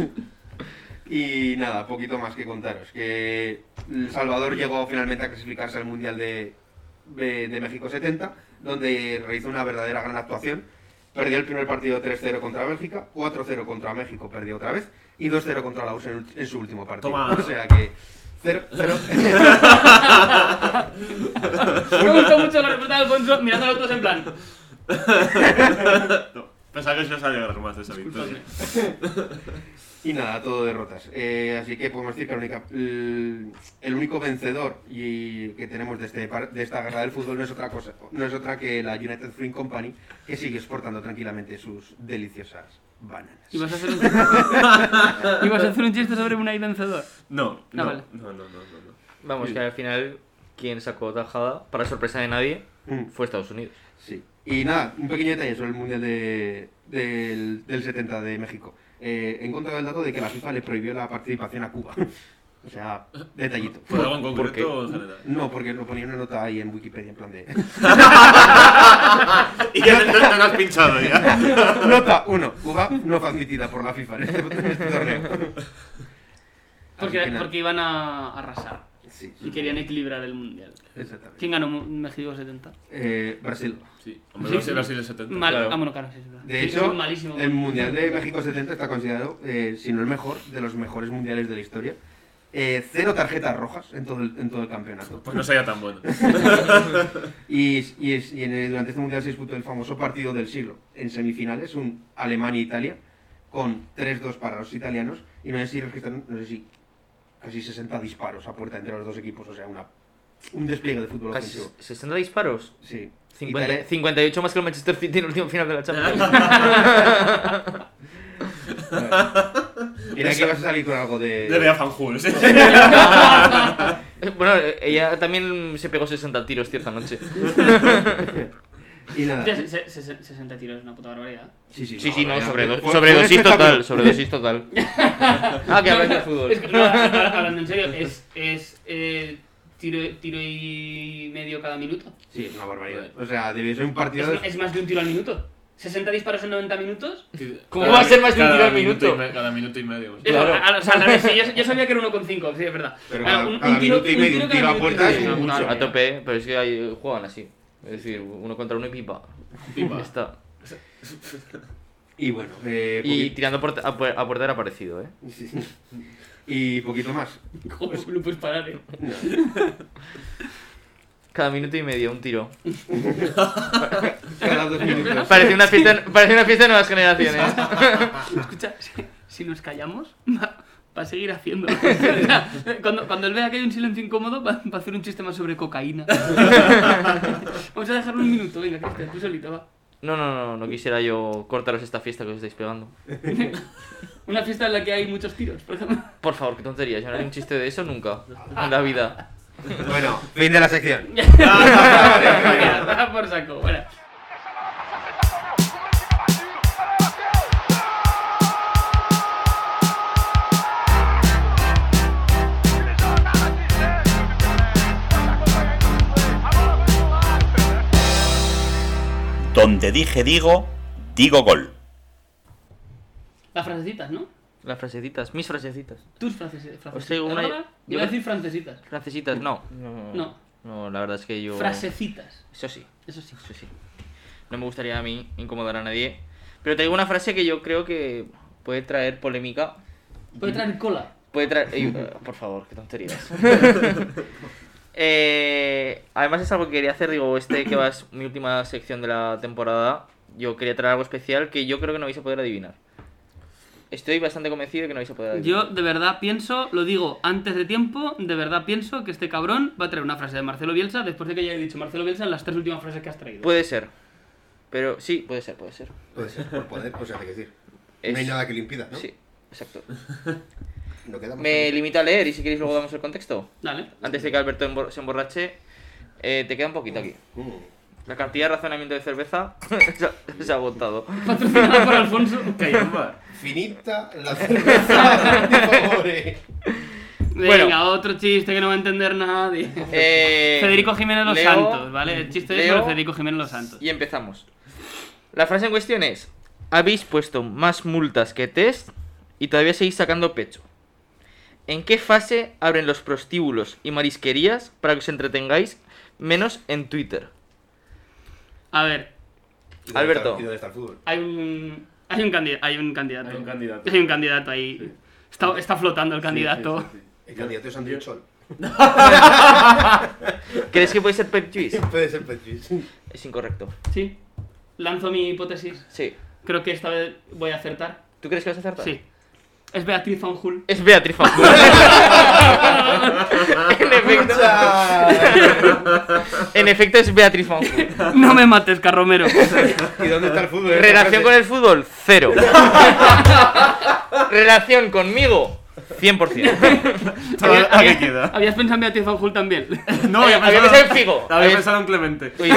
y nada, poquito más que contaros. Que El Salvador llegó finalmente a clasificarse al Mundial de, de- de México 70, donde realizó una verdadera gran actuación. Perdió el primer partido 3-0 contra Bélgica, 4-0 contra México, perdió otra vez, y 2-0 contra la US en, en su último partido.
Toma.
O sea que 0-0.
[LAUGHS]
Me gustó mucho la respuesta de Alfonso mirando a los dos en plan.
No, pensaba que se os alegrar más de esa victoria.
Y nada, todo derrotas. Eh, así que podemos decir que la única- el, el único vencedor y que tenemos de, este par- de esta guerra del fútbol no es otra cosa, no es otra que la United Fruit Company, que sigue exportando tranquilamente sus deliciosas bananas.
¿Ibas a hacer un chiste, [LAUGHS] ¿Ibas a hacer un chiste sobre Unai vencedor?
No,
No,
no,
vale.
no, no, no, no, no.
Vamos, que al final, quien sacó tajada, para sorpresa de nadie,
Mm,
fue Estados Unidos.
sí. Y nada, un pequeño detalle sobre el Mundial de- del, del 70 de México. Eh, he encontrado el dato de que la FIFA le prohibió la participación a Cuba. [LAUGHS] o sea, detallito.
¿Fue algo en
¿Por qué?
concreto o en general?
No, porque lo ponía una nota ahí en Wikipedia en plan de...
[LAUGHS] Y ya te, te lo has pinchado ya.
Nota 1. Cuba no fue admitida por la FIFA en este, en este torneo. Al
Porque,
final.
porque iban a arrasar
Sí,
y querían equilibrar el mundial.
exactamente.
¿Quién ganó Mu- México 70?
Eh, Brasil.
Sí, hombre, Brasil, Brasil es 70.
Mal,
Claro.
ah, bueno, claro, sí, es verdad.
De
Sí,
hecho,
es malísimo.
el Mundial de México 70 está considerado, eh, si no el mejor, de los mejores mundiales de la historia. Eh, cero tarjetas rojas en todo el, en todo el campeonato.
Pues no sería tan [LAUGHS] bueno.
Y, y es- y en el- durante este mundial se disputó el famoso partido del siglo. En semifinales, un Alemania-Italia, con 3-2 para los italianos Y no sé si registran, no sé si casi 60 disparos a puerta entre los dos equipos, o sea, una, un despliegue de fútbol
Casi
ofensivo.
60 disparos.
Sí.
50
Italia-
58 más que el Manchester City en el último final de
[LAUGHS]
la Champions.
Mira que vas a salir con algo de.
Le vea fanjules.
bueno, ella también se pegó 60 tiros cierta noche.
[LAUGHS] Y nada.
Hostia, se- se- se- 60 tiros, una puta barbaridad.
Sí, sí,
Sí, sí, no,
ya,
sobre
fue- fue un
sobredosis
[LAUGHS] espectáculo.
total, sobredosis total. Ah, que hablas de fútbol.
Es que,
[LAUGHS]
no, hablando en serio, es, es eh, tiro, tiro y medio cada minuto.
Sí, es una barbaridad. O sea, debe ser un partido.
Es,
de-
es más de un tiro al minuto. 60 disparos en 90 minutos.
¿Cómo va a ser más de un
Cada
tiro al
y
minuto?
me- cada minuto
[LAUGHS]
y medio.
Es-
Claro.
a- a- o sea, al revés, sí, yo, yo sabía que era 1,5, sí, es verdad.
Pero
Ah,
cada- cada minuto y medio, un tiro
cada
a
minuto y
puerta
medio.
es
Una puta
mucho.
A
barbaridad.
tope, pero es que ahí juegan así. Es decir, uno contra uno y pipa. Ya
Pimba.
está.
Y bueno, eh,
Y
poquito-
tirando a puerta- a puer- a portero ha aparecido, ¿eh?
[LAUGHS] Sí. y poquito más.
Joder, no puedes parar, eh.
Cada minuto y medio, un tiro. [LAUGHS]
Cada dos minutos.
[LAUGHS]
Parece una fiesta, parece una fiesta de nuevas generaciones.
Escucha, si, si nos callamos, [LAUGHS] va, va a seguir haciendo. [LAUGHS] O sea, cuando, cuando él vea que hay un silencio incómodo, va, va a hacer un chiste más sobre [LAUGHS] cocaína. Vamos a dejarlo un minuto, venga, Cristian, tú solito, va.
No, no, no, no quisiera yo cortaros esta fiesta que os estáis pegando.
Una fiesta en la que hay muchos tiros, por [LAUGHS] ejemplo.
Por favor, qué tontería, yo no haré un chiste de eso nunca en la vida.
Bueno, [LAUGHS] fin de la sección.
[LAUGHS] Venga, por saco, bueno.
Donde dije digo, digo gol.
Las frasecitas, ¿no?
Las frasecitas, mis frasecitas.
Tus eh, frasecitas.
Os traigo una-
¿Verdad?
yo-
Iba a decir francesitas.
Frasecitas, no. No,
No.
No, la verdad es que yo...
Frasecitas.
Eso sí,
Eso sí.
eso sí. No me gustaría a mí incomodar a nadie. Pero te digo una frase que yo creo que puede traer polémica.
Puede traer cola.
Puede traer... Ey, eh, por favor, qué tonterías. Eh, además es algo que quería hacer, digo, este que va es mi última sección de la temporada. Yo quería traer algo especial que yo creo que no vais a poder adivinar. Estoy bastante convencido de que no vais a poder adivinar.
Yo de verdad pienso, lo digo antes de tiempo, de verdad pienso que este cabrón va a traer una frase de Marcelo Bielsa después de que haya dicho Marcelo Bielsa en las tres últimas frases que has traído.
Puede ser. Pero sí, puede ser, puede ser.
Puede ser, por poder, o sea, hay que decir.
Es-
No hay nada que le impida, ¿no?
Sí, exacto.
No queda más
Me
que-
limito a leer y si queréis luego damos el contexto.
Dale.
Antes de que Alberto embor- se emborrache, eh, te queda un poquito aquí.
Mm.
La cantidad de razonamiento de cerveza [LAUGHS] se ha- se ha agotado.
[LAUGHS] Patrocinado por
[LAUGHS]
Alfonso.
Cayamba.
Finita la cerveza, por favor. eh.
Venga,
Bueno.
otro chiste que no va a entender nadie.
Eh,
Federico Jiménez Los
leo
Santos, ¿vale? El chiste es
leo-
sobre Federico Jiménez Los Santos.
Y empezamos. La frase en cuestión es: Habéis puesto más multas que test y todavía seguís sacando pecho. ¿En qué fase abren los prostíbulos y marisquerías para que os entretengáis menos en Twitter?
A ver,
¿Y
[LAUGHS]
dónde
Alberto.
está- ¿Y dónde está el fútbol?
hay un hay un candidato, hay un candidato.
Hay un candidato.
Hay un candidato ahí. Está, está flotando el candidato.
Sí, sí, sí,
El candidato es Andrés Sol.
¿Crees que puede ser Pep Lluís?
Puede ser Petris.
Es incorrecto.
Sí. Lanzo mi hipótesis.
Sí.
Creo que esta vez voy a acertar.
¿Tú crees que vas a acertar?
Sí. Es Beatriz Fanjul.
Es Beatriz Fanjul. en,
[LAUGHS]
efecto, [LAUGHS] en efecto es Beatriz Fanjul.
[LAUGHS] No me mates,
[LAUGHS]
Carromero.
¿Y dónde está el fútbol?
Relación con el fútbol, cero. Relación conmigo, 100%.
Todo lo que queda.
Habías pensado en Beatriz Fanjul
[LAUGHS]
también.
No,
Eh, había pensado en Figo.
Había
Eh,
pensado en Clemente.
Uy.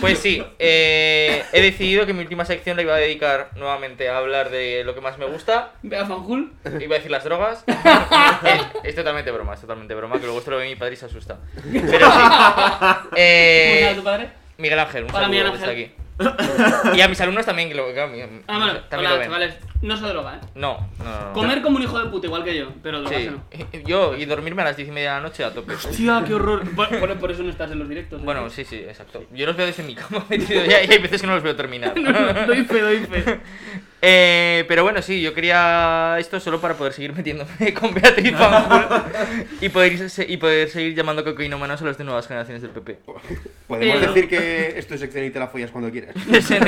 Pues sí, eh, he decidido que mi última sección la iba a dedicar nuevamente a hablar de lo que más me gusta,
Bea Fanjul.
Iba a decir las drogas. Eh, es totalmente broma, es totalmente broma. Que luego esto lo ve mi padre y se asusta. Pero sí.
¿Cómo se llama
Eh,
tu padre?
Miguel Ángel, un
Hola,
saludo
Miguel
desde
Ángel.
aquí. Y a mis alumnos también, que lo, claro, mi-
Ah, bueno.
también
Hola,
lo ven.
chavales. No se droga, ¿eh?
No, no, no, no.
Comer como un hijo de puta, igual que yo, pero drogarse
Sí. Eh,
no.
Yo y dormirme a las 10 y media de la noche a tope.
Hostia, qué horror. Por, por- por eso no estás en los directos. ¿eh? [LAUGHS]
Bueno, sí,
[LAUGHS]
sí, [LAUGHS] exacto. Yo los veo desde mi cama metido ya y hay veces que no los veo terminar.
doy fe, doy fe.
Eh, pero bueno, sí, yo quería esto solo para poder seguir metiéndome [LAUGHS] con Beatriz Fanjul y poder, ir- se- y poder seguir llamando cocainómanos a los de nuevas generaciones del PP.
Podemos
Pero-
decir que es tu sección y te la follas cuando quieras.
[LAUGHS] en,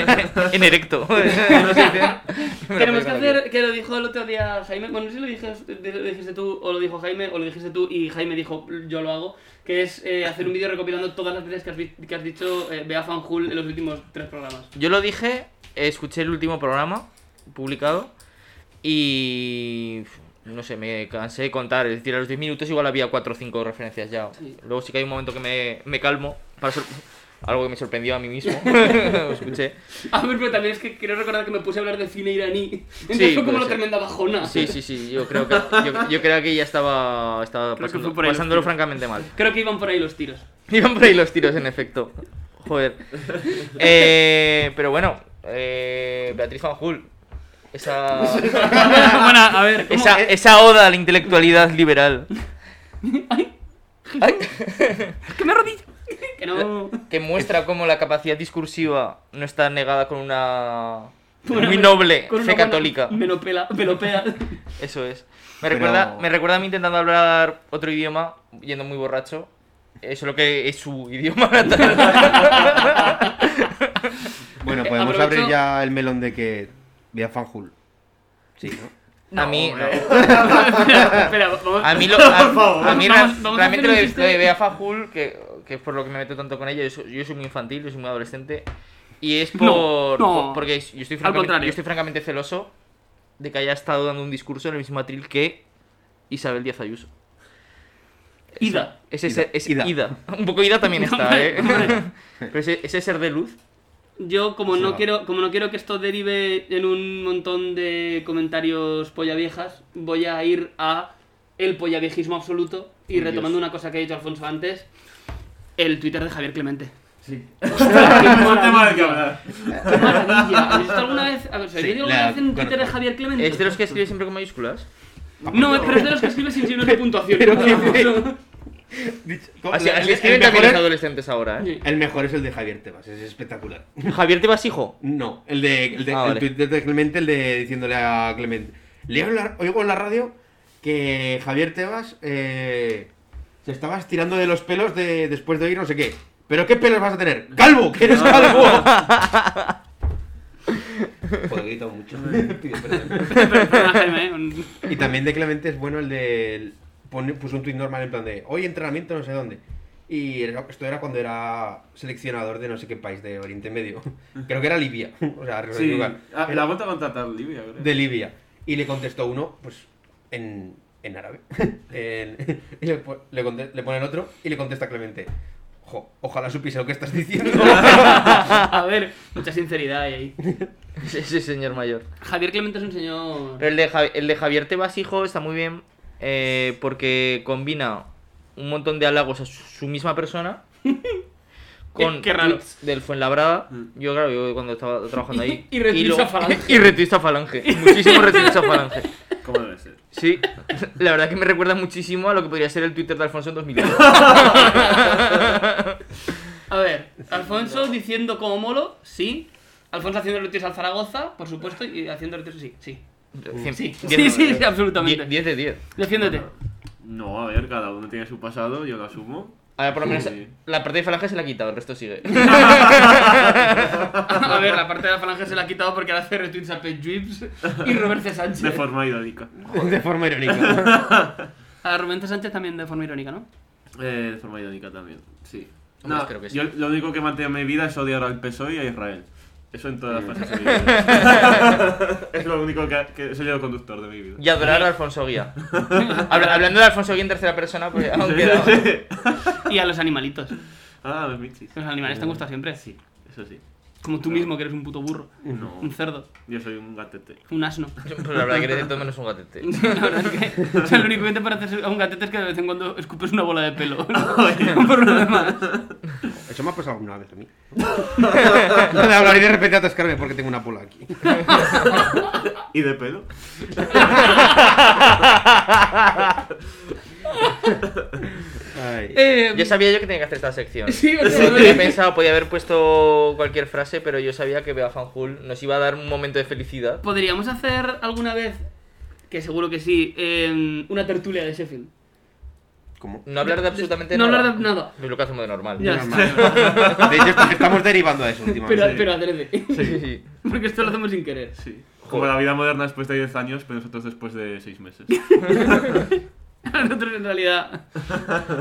en erecto. No sé, [LAUGHS] me lo
Tenemos que
pongo
hacer, que lo dijo el otro día Jaime, bueno, no sé si lo dijiste, lo dijiste tú o lo dijo Jaime o lo dijiste tú y Jaime dijo yo lo hago, que es eh, hacer un vídeo recopilando todas las veces que has, vi- que has dicho eh, Bea Fanjul en los últimos tres
[LAUGHS]
programas.
Yo lo dije, escuché el último programa publicado y no sé, me cansé de contar. Es decir, a los 10 minutos igual había 4 o 5 referencias ya.
Sí.
Luego sí que hay un momento que me, me calmo. Para sor- algo que me sorprendió a
[LAUGHS]
mí mismo. [LAUGHS] lo escuché.
A ver, pero también es que quiero recordar que me puse a hablar de cine iraní. [LAUGHS] Entonces
Sí,
fue como
puede
una
ser.
tremenda bajona.
Sí, sí, sí. Yo creo que, yo, yo creo que ya estaba, estaba
Creo que
pasando-
fue por ahí los
pasándolo
tiros.
francamente mal.
[LAUGHS]
[LAUGHS]
Creo que iban por ahí los tiros.
Iban por ahí los tiros, en efecto. Joder. Eh, pero bueno, eh, Beatriz Fanjul.
[LAUGHS]
Esa.
bueno, a [LAUGHS] ver, ¿cómo?
Esa, esa oda a la intelectualidad
[LAUGHS]
liberal. Ay,
que me
[LAUGHS]
arrodillo. que no.
que muestra cómo la capacidad discursiva no está negada con una
Bueno,
muy noble
con una
Eh, fe
buena
católica.
Menopela,
[LAUGHS]
pelopea.
Eso es. Me
Pero-
recuerda, me recuerda a mí intentando hablar otro idioma, yendo muy borracho. Eso es lo que es su [LAUGHS]
[LAUGHS]
idioma natal.
Bueno,
Eh,
podemos
aprovecho-
abrir ya el melón de que vea Fanjul. Sí, ¿no?
a mí,
[LAUGHS] Espera, vamos.
a mí, lo, a,
favor.
a mí
Vamos-
ra-
vamos a hacer
realmente lo
un
de,
chiste.
lo de Bea Fajul, que, que es por lo que me meto tanto con ella, yo soy, yo soy muy infantil, yo soy muy adolescente, y es por,
No, no.
por- porque es- yo estoy, francamente,
contrario.
yo estoy francamente celoso de que haya estado dando un discurso en el mismo atril que Isabel Díaz Ayuso.
Ida.
Ese
Ida,
ser- ese-
Ida.
Ida. Un poco Ida también está,
Hombre,
¿eh? [LAUGHS] Pero ese, ese ser de luz.
Yo, como no,
va.
quiero, como no quiero que esto derive en un montón de comentarios polla viejas, voy a ir a el polla viejismo absoluto y
Dios.
retomando una cosa que ha dicho Alfonso antes, el Twitter de Javier Clemente.
Sí.
¡Qué
[LAUGHS] un tema del que
maravilla!
hablar.
¡Qué maravilla! ¿Has visto alguna vez, a ver, ¿se
Sí,
ha visto alguna
la-
vez en Twitter de
conozco.
Javier Clemente?
Es de los que escribe siempre con mayúsculas.
No, es- pero es de los que escribe sin signos de puntuación. [LAUGHS]
Pero qué fe-
No.
Así, así
el,
escriben también los
mejor,
adolescentes ahora, ¿eh?
Sí. [LAUGHS]
el mejor es el de Javier Tebas, es espectacular.
Javier Tebas, hijo.
No, el de, el de
Ah,
el
vale.
tuit de Clemente, el de diciéndole a Clemente. Leo en la- oigo en la radio que Javier Tebas eh, se estaba estirando de los pelos de, después de oír no sé qué. ¿Pero qué pelos vas a tener? ¡Calvo! ¡Que eres calvo! Joder, he gritado mucho. Pido perdón.
Perdona, Jaime, ¿eh?
[LAUGHS]
Un-
y también de Clemente es bueno el de. el- pone- puso un tuit normal en plan de hoy entrenamiento no sé dónde. Y era- esto era cuando era seleccionador de no sé qué país de Oriente Medio. [LAUGHS] Creo que era Libia. O sea,
Sí,
Portugal.
ah, la vuelta a contratar Libia, creo.
de Libia. Y le contestó uno, pues, en, en árabe. [LAUGHS] En- y le, po- le, conte- le ponen otro y le contesta Clemente. "Jo, ojalá supiese lo que estás diciendo. [LAUGHS]
A ver, mucha sinceridad hay ahí.
[LAUGHS] Ese- ese señor mayor.
Javier Clemente es un señor...
Pero el de, Javi- el de Javier Tebas, hijo, está muy bien eh, porque combina un montón de halagos a su, su
[LAUGHS]
misma persona con
Qué raro.
tweets del Fuenlabrada.
Mm.
Yo, claro, yo cuando estaba trabajando ahí.
[LAUGHS] Y- y retweets
lo-
a Falange.
[LAUGHS] Y retweets a Falange. Muchísimo retweets a Falange.
¿Cómo debe ser?
Sí, [LAUGHS] la verdad que me recuerda muchísimo a lo que podría ser el Twitter de Alfonso
[LAUGHS]
en 2010.
A ver, Alfonso diciendo como molo, sí. Alfonso haciendo retiros al Zaragoza, por supuesto, y haciendo retiros, sí, sí.
Cien-
Sí,
diez-
sí, sí, sí,
die-
absolutamente.
10 de 10.
Defiéndete.
No, a ver, cada uno tiene su pasado, yo lo asumo.
Ahora, por lo menos,
Sí.
la parte de Falange se la ha quitado, el
[LAUGHS]
resto sigue.
[LAUGHS] A ver, la parte de la falange se la ha quitado porque ahora hace retweets a Page Drips y Roberto
De
Sánchez.
forma irónica.
de forma irónica.
A Roberto Sánchez también de forma irónica, ¿no?
Eh, de forma irónica también, sí.
Hombre,
No,
creo que sí.
yo lo único que mantengo en mi vida es odiar al PSOE y a Israel. Eso en todas
Mm.
las fases de mi vida.
[LAUGHS]
es lo único que, que es el hilo conductor de mi vida.
Y adorar a Alfonso Guía. Habla- hablando de Alfonso Guía en tercera persona, pues aún queda-
Y a los animalitos.
[LAUGHS] ah, los michis.
Los animales te han gustado siempre.
Sí, eso sí.
Como tú mismo, que eres un puto burro,
No,
un cerdo,
yo soy un gatete.
un asno. [LAUGHS]
Pero pues, la verdad que eres de todo menos un gatete.
La verdad es que o sea, lo único que te parece a un gatete es que de vez en cuando escupes una bola de pelo.
[LAUGHS]
[LAUGHS] Por lo demás.
[LAUGHS] Eso me ha pasado alguna vez a [LAUGHS] mí. de hablar y de repente atascarme porque tengo una pula aquí.
¿Y de pelo?
Ay.
Eh,
Yo sabía yo que tenía que hacer esta sección.
Sí, ¿verdad?
Porque he pensado, podía haber puesto cualquier frase, pero yo sabía que Bea Fanjul nos iba a dar un momento de felicidad.
Podríamos hacer alguna vez, que seguro que sí, em, una tertulia de Sheffield.
¿Cómo?
No hablar de absolutamente
No
nada.
hablar de nada.
Es lo que hacemos de normal.
Ya
Menos
está.
mal. [LAUGHS] De hecho, est- estamos derivando a eso últimamente.
Pero, pero adrede. [LAUGHS]
Sí, sí, sí.
Porque esto lo hacemos sin querer. [LAUGHS]
Sí. Como la vida moderna después de 10 años, pero nosotros después de 6
[LAUGHS]
meses.
A Nosotros en realidad.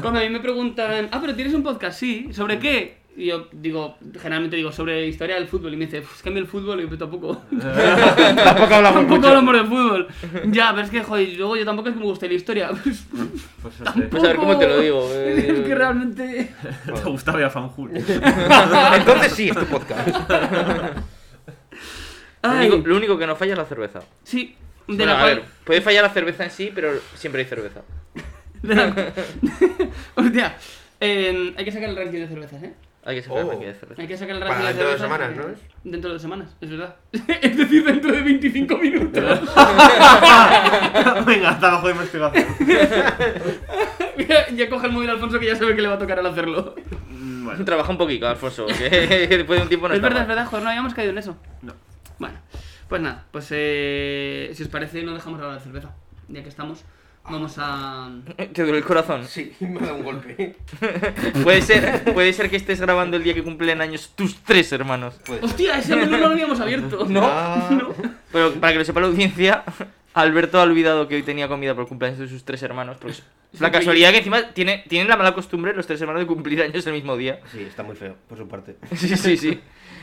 Cuando a mí me preguntan, ah, pero tienes un podcast, sí, ¿sobre qué? Y yo digo, generalmente digo, sobre historia del fútbol. Y me dice, "Pues, es que a mí el fútbol, y yo, "Pero tampoco.
Tampoco hablamos
[LAUGHS] tampoco
mucho.
hablamos de fútbol. Ya, pero es que, joder, y luego yo tampoco es que me guste la historia. [LAUGHS] Pues,
Pues no sé.
Pues a ver cómo te lo digo. eh.
[LAUGHS] es que realmente.
[LAUGHS] Te gustaba ya
[LAUGHS]
fanjul.
Entonces sí,
este
es tu podcast.
Lo
Ay,
único- lo único que no falla es la cerveza.
sí, de
Bueno,
la
a
cual.
ver, puede fallar la cerveza en sí, pero siempre hay cerveza.
de la-
[LAUGHS]
[LAUGHS] Hostia, eh, hay que sacar el ranking de cervezas, ¿eh?
Hay que sacar
Oh.
la de cerveza.
Hay que sacar el
Para
ranking de
dentro de
cervezas.
dos semanas, ¿no es?
Dentro de dos semanas, es verdad. [LAUGHS] es decir, dentro de 25 minutos.
[LAUGHS]
[LAUGHS]
Venga, hasta abajo de investigación.
Mira, ya coge el móvil Alfonso que ya sabe que le va a tocar al hacerlo.
Mm, Bueno,
[COUGHS] Trabaja un poquito, Alfonso, que [LAUGHS] después de un tiempo no
es
está
verdad, es
mal.
verdad, joder, no habíamos caído en eso.
no.
Bueno, pues nada, pues eh, si os parece no dejamos hablar de cerveza. Ya que estamos, vamos a...
Te duele el corazón.
Sí, [LAUGHS] me ha dado un golpe.
Puede ser, puede ser que estés grabando el día que cumplen años tus tres hermanos.
Puede ser.
¡Hostia! Ese menú no lo habíamos
[LAUGHS]
abierto. [LAUGHS]
Ah.
Pero para que lo sepa la audiencia, [LAUGHS] Alberto ha olvidado que hoy tenía comida por el cumpleaños de sus tres hermanos. porque la casualidad que encima tiene, tienen la mala costumbre los tres hermanos de cumplir años el mismo día.
Sí, está muy feo, por su parte.
Sí, sí, sí.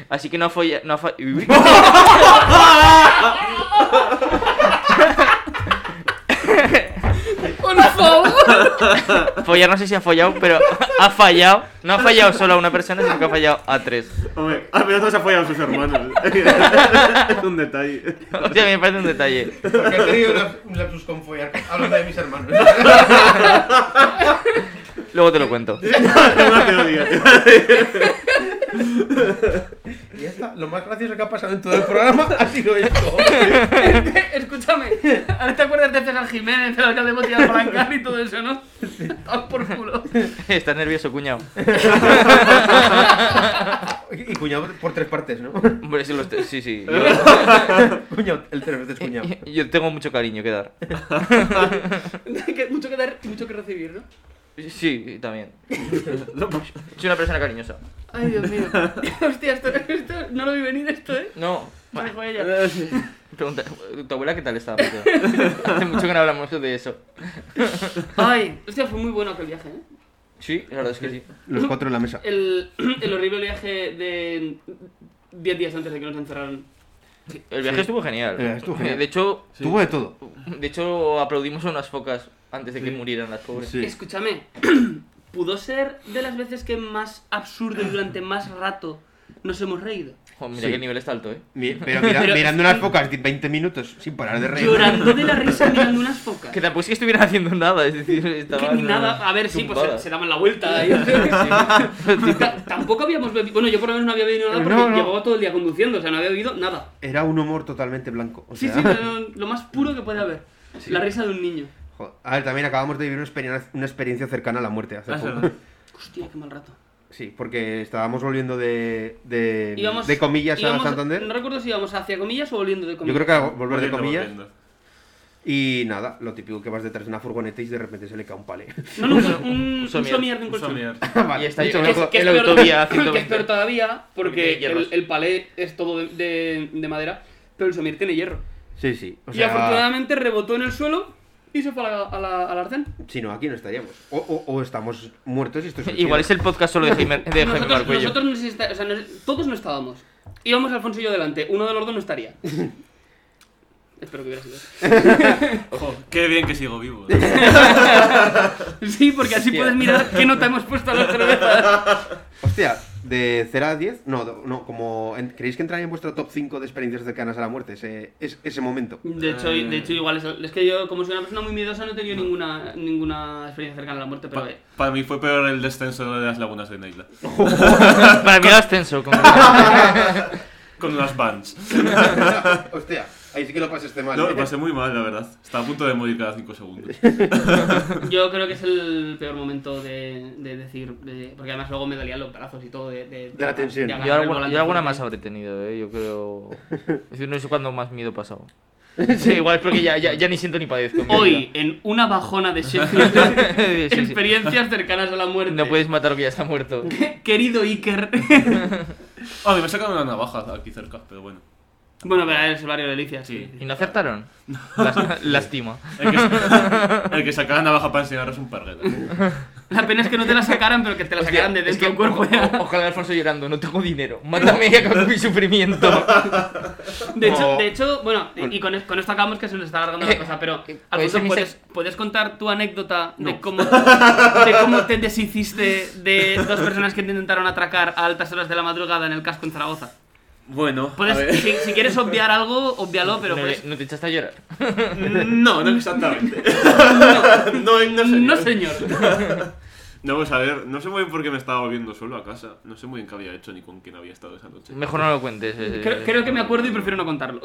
Así que no ha follado. No ha fa- Uy.
¡Por favor!
Follar no sé si ha follado, pero ha fallado. No ha fallado solo a una persona, sino que ha fallado a tres.
Hombre, al menos no se apoyan sus hermanos. es un detalle.
O sea, me parece un detalle.
[LAUGHS] Porque he tenido un lapsus con follar hablando de mis hermanos.
Luego te lo cuento.
Una teoría.
Y [LAUGHS] ya está, lo más gracioso que ha pasado en todo el programa ha sido esto.
[LAUGHS] Escúchame, ahora te acuerdas de César Jiménez, el alcalde de Botillas [LAUGHS] Blancar y todo eso, ¿no? Todos por [LAUGHS] culo.
Estás nervioso, cuñado.
Y cuñado por tres partes, ¿no?
Hombre, sí, los tres- sí, sí.
[LAUGHS] Cuñado, el tres veces
Yo,
cuñado.
yo tengo mucho cariño que dar.
Que mucho que dar y mucho que recibir, ¿no?
Sí, también. Soy una persona cariñosa.
Ay, Dios mío. [LAUGHS] Hostia, esto, esto no lo vi venir esto, ¿eh?
No.
Me dejó ella. [LAUGHS]
Pregunta, ¿tu abuela qué tal está? Mateo? [LAUGHS] Hace mucho que no hablamos de eso.
Ay, hostia, fue muy bueno aquel viaje, ¿eh?
Sí, la verdad es que sí.
Los cuatro en la mesa.
El, [CLEARS THROAT] el horrible viaje de 10 días antes de que nos encerraran.
El viaje estuvo genial.
El viaje estuvo genial.
Eh, De hecho,
Tuvo de todo.
de hecho aplaudimos a unas focas antes de que murieran las pobres.
Escúchame, [CLEARS THROAT] ¿pudo ser de las veces que más absurdo y durante más rato nos hemos reído?
Jo, Oh, mira
Sí.
que el nivel está alto, ¿eh?
Mi- Pero, mira-
Pero-
mirando unas focas de 20 minutos sin parar de reír.
Llorando de la risa mirando unas focas.
Que tampoco es que estuvieran haciendo nada, es decir,
Que
estaban...
ni nada, a ver, sí, pues se,
tumbadas.
se daban la vuelta. y-
[LAUGHS]
[LAUGHS] Ta- Tampoco habíamos bebido, bueno, yo por lo menos no había bebido nada porque
No, no.
llevaba todo el día conduciendo, o sea, no había bebido nada.
Era un humor totalmente blanco. o
Sí,
sea,
sí, no, no, lo más puro que puede haber. La risa de un niño.
joder. A ver, también acabamos de vivir una experiencia, una experiencia cercana a la muerte hace
Ah, es
poco.
verdad.
Hostia, qué mal rato.
Sí, porque estábamos volviendo de, de,
Íbamos-
de comillas
íbamos-
a Santander.
No recuerdo si íbamos hacia comillas o volviendo de
Yo
comillas.
creo que a volver de
Volviendo,
comillas.
volviendo.
Y nada, lo típico que vas detrás de una furgoneta y de repente se le cae un pale. [LAUGHS]
No, no, un, un, un
somier.
somier de un colchón.
Somier.
Vale,
Y está
mucho
hecho
mejor.
mejor.
Que es
el
peor-
autovía
[LAUGHS] que es peor
120.
todavía porque
Porque tiene
el,
hierros.
el palé es todo de, de- de madera, pero el somier tiene hierro.
Sí, sí. O
Y
sea,
afortunadamente rebotó en el suelo y se fue a la, a la- al arcén.
Si no, aquí no estaríamos. O, o- o estamos muertos y esto es el
Igual es
cielo.
el podcast solo de Jaime, de Jaime
Nosotros,
Marcuello. [LAUGHS]
nosotros no exista- o sea, no- todos no estábamos. Íbamos Alfonso y yo delante, uno de los dos no
[LAUGHS]
estaría. Espero que hubiera sido.
Ojo, qué bien que sigo vivo.
Sí, porque así
Hostia.
puedes mirar qué nota hemos puesto a las cervezas.
Hostia, de 0 a 10, no, do- no, como. en- ¿Creéis que entraría en vuestro top 5 de experiencias cercanas a la muerte ese, es-
[LAUGHS]
ese momento? [LAUGHS]
De hecho, de hecho igual es, es que yo, como soy una persona muy miedosa, no he tenido ninguna, ninguna experiencia cercana a la muerte, pero...
Pa-
eh,
para mí fue peor el descenso de las lagunas de Neila.
Para mí era ascenso. como-
Con las bands.
Hostia, Ahí sí que lo pasaste mal.
No,
¿eh?
lo pasé muy mal, la verdad. Estaba a punto de morir cada 5 segundos.
Yo creo que es el peor momento de, de decir, de- porque además luego me dolían los brazos y todo de, de,
De la tensión.
agarrar
Yo
el
alguna,
volante
yo alguna
fuerte.
más habré tenido, ¿eh? yo [LAUGHS] creo. Es decir, no sé cuándo más miedo he pasado. [LAUGHS] Sí, igual es porque ya, ya, ya ni siento ni padezco. mira.
Hoy, en una bajona
[LAUGHS]
de Sheffield,
Sí, sí.
experiencias cercanas a la muerte.
No puedes matar lo que ya está muerto.
[LAUGHS] Querido
[LAUGHS]
Iker.
Ah, que me sacaron una navaja aquí cerca, pero bueno.
bueno, pero es el barrio de Delicias, sí.
Sí.
¿Y no acertaron? Las- Lástima.
El que, el que saca la navaja para enseñar es un pargueta.
La pena es que no te la sacaran, pero que te la sacaran de
es
dentro
que
del cuerpo. ya.
[LAUGHS] o- ojalá Alfonso llorando, no tengo dinero. Mátame y acabo con mi sufrimiento.
[LAUGHS]
[LAUGHS]
De hecho,
No.
de hecho, bueno, y y con, es- con esto acabamos que se nos está alargando la cosa, pero
Eh, eh, puede
Alfonso,
ser mi
¿puedes,
sec-
puedes contar tu anécdota de,
[LAUGHS]
cómo, de cómo te deshiciste de dos personas que te intentaron atracar a altas horas de la madrugada en el casco en Zaragoza?
Bueno, a ver.
Puedes, si, si quieres obviar algo, obvialo, pero
no,
puedes...
no te echaste a llorar.
No, no exactamente. No, no, señor.
No, señor.
No, pues a ver, no sé muy bien por qué me estaba volviendo solo a casa. No sé muy bien qué había hecho ni con quién había estado esa noche.
Mejor no lo cuentes. eh,
Creo, creo que me acuerdo y prefiero no contarlo.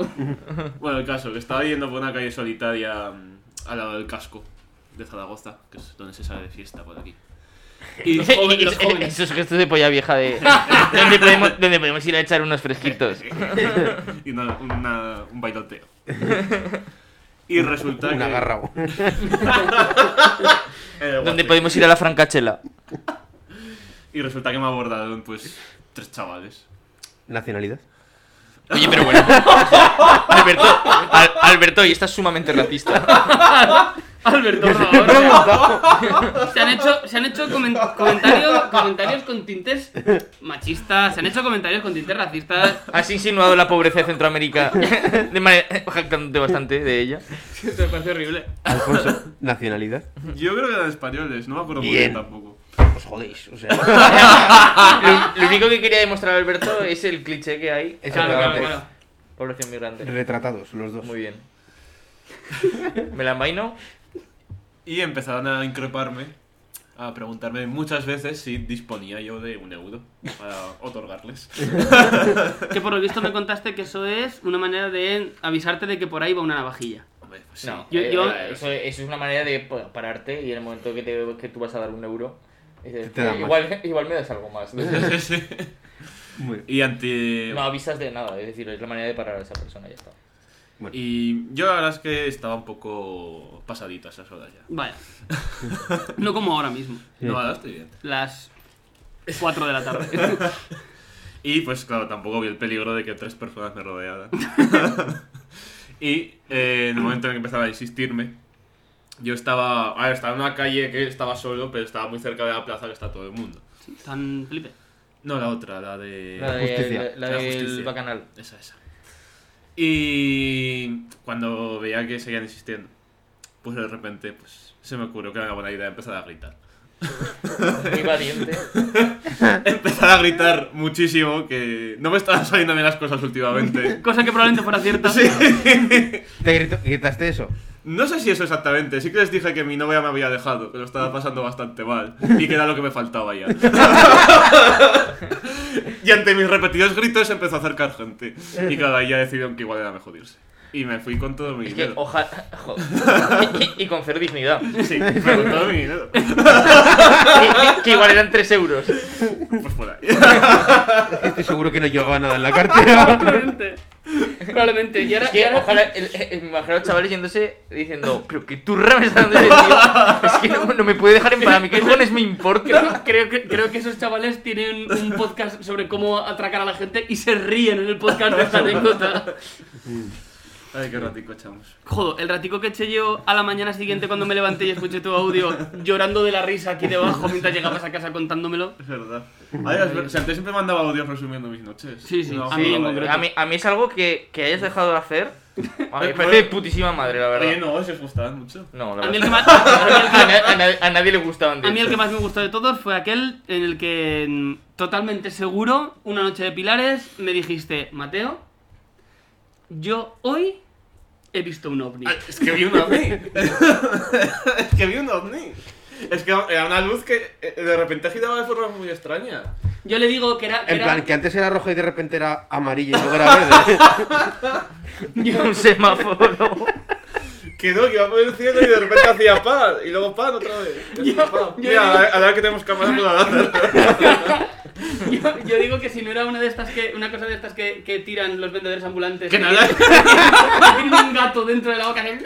Bueno, el caso, que estaba yendo por una calle solitaria mm, al lado del casco de Zaragoza, que es donde se sale de fiesta por aquí. Y
[LAUGHS]
los jóvenes, los jóvenes.
Esos gestos de polla vieja [LAUGHS] de. donde, podemos, donde podemos ir a echar unos fresquitos.
y una- una- un bailoteo. Y resulta
Un
que.
agarrao. [LAUGHS]
Eh,
Donde
guaje.
podemos ir a la francachela.
Y resulta que me abordaron, pues, tres chavales.
Nacionalidad.
Oye, pero
[LAUGHS]
bueno. Alberto, Al- Alberto, y estás sumamente racista.
Alberto, por favor. Se han hecho, se han hecho comen- comentario- comentarios con tintes machistas, se han hecho comentarios con tintes racistas.
Has insinuado la pobreza de Centroamérica de manera eh, jactándote bastante de ella.
Esto me parece horrible.
Alfonso, nacionalidad.
Yo creo que eran españoles, no me acuerdo muy bien
Bien.
tampoco.
Os jodéis. O sea,
Lo, lo único que quería demostrar Alberto es el cliché que hay.
Es
Claro, claro,
verdad.
claro.
Población migrante.
retratados los dos.
Muy bien. ¿Me la envaino?
Y empezaron a increparme, a preguntarme muchas veces si disponía yo de un euro
[LAUGHS]
para otorgarles.
Que por lo visto me contaste que eso es una manera de avisarte de que por ahí va una navajilla.
Hombre, pues sí.
No,
Yo-
eh,
yo-
eso, eso es una manera de pa- pararte y en el momento que, te- que tú vas a dar un euro, dices,
Te dan más.
igual, igual me das algo
[LAUGHS]
más. No
[LAUGHS] Sí, sí.
Muy bien.
Y ante...
avisas de nada, es decir, es la manera de parar a esa persona, ya está.
Y yo la verdad es que estaba un poco pasadita esas horas ya.
Vaya. No como ahora mismo.
No, ahora estoy bien.
Las 4 de la tarde.
Y pues claro, tampoco vi el peligro de que tres personas me
[LAUGHS]
rodearan. y eh, en el momento en el que empezaba a insistirme, yo estaba... A ver, estaba en una calle que estaba solo, pero estaba muy cerca de la plaza que está todo el mundo.
Tan Felipe.
No, la otra, la de...
La, de-
justicia.
la- la
La
del
justicia.
bacanal.
Esa, esa. Y cuando veía que seguían insistiendo, pues de repente pues, se me ocurrió que era una buena idea empezar a gritar. [LAUGHS]
Muy valiente.
empezar a gritar muchísimo, que no me estaban saliendo bien las cosas
[LAUGHS]
últimamente.
Cosa que probablemente fuera cierta.
Sí. [LAUGHS]
¿Te grito- gritaste eso?
No sé si eso exactamente, sí que les dije que mi novia me había dejado, que lo estaba pasando bastante mal y que era lo que me faltaba ya. [LAUGHS] y ante mis repetidos gritos se empezó a acercar gente y cada día decidieron que igual era mejor irse. Y me fui con todo mi
Es que
dinero.
ojalá. jo- Y, y con cero
[LAUGHS]
dignidad.
Sí, me costó mi dinero.
Que, que igual eran 3 euros.
Pues por ahí.
Estoy seguro que no llevaba nada en la [LAUGHS] cartera.
Probablemente. Probablemente. Y ahora,
Es que
y ahora-
ojalá. el- el- el- Me imagino a los chavales yéndose diciendo, pero que turra me está dando ese tío. Es que no, no me puede dejar en paz. ¿A mí qué cojones me importa?
creo, creo que, creo que esos chavales tienen un podcast sobre cómo atracar a la gente y se ríen en el podcast de esta anécdota.
Ay, qué ratico echamos.
Joder, el ratico que eché yo a la mañana siguiente cuando me levanté y escuché tu audio llorando de la risa aquí debajo mientras llegabas a casa contándomelo.
Es verdad. Ay, es ver- o sea, antes siempre mandaba audios resumiendo mis noches.
Sí, sí,
No,
a mí en
Ah, no,
concreto.
A mí, a mí es algo que, que hayas dejado de hacer. A mí me parece de putísima madre, la
Oye,
verdad.
no, si os gustaban mucho.
No, la
A mí el que
verdad.
más, a mí el que-
[LAUGHS] A, na- a nadie, a nadie le gustaban de
a mí el
hecho.
que más me gustó de todos fue aquel en el que, mm, totalmente seguro, una noche de pilares, me dijiste, Mateo, yo hoy
Ah,
Ah.
he visto un ovni.
[LAUGHS] Ay, es que vi un ovni. es que vi un ovni. Es que era una luz que eh, de repente giraba de forma muy extraña.
Yo le digo que era. que
En
era-
plan, que antes era rojo y de repente era amarillo y luego era verde.
[LAUGHS] Un semáforo.
Que no, que iba por el cielo y de repente hacía pan, y luego pan otra [LAUGHS] vez. Y hacía pan.
yo-
Mira, a la- a la vez que tenemos cámaras por la lanza.
[LAUGHS] yo, yo digo que si no era una de estas que. Una cosa de estas que, que tiran los vendedores ambulantes. [LAUGHS]
Que nada.
Tienen un gato dentro de la boca. hacen-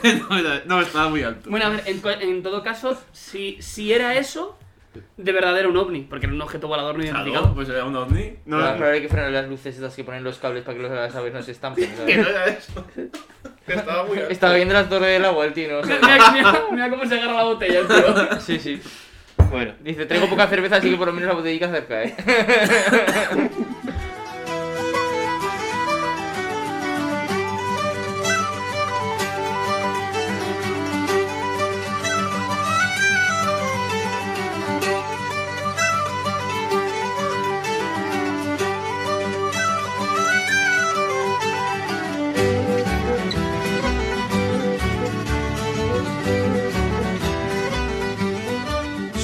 [LAUGHS] No, era- no, estaba muy alto.
[LAUGHS] Bueno, a ver, en, cua- en todo caso, si, si era eso, de verdad era un ovni, porque era un objeto volador no
Claro,
identificado.
pues era un ovni. No,
Claro,
no,
pero hay que frenar las luces estas que ponen los cables para que los- las aves no
[LAUGHS]
se estampen.
que no
¿sabes?
era eso. Que estaba muy alto.
Estaba viendo la torre del agua el tío. ¿no?
Mira, mira- mira cómo se agarra la botella, el tío.
Sí, sí.
bueno.
Dice, traigo poca cerveza, así que por lo menos la botellita cerca, ¿eh?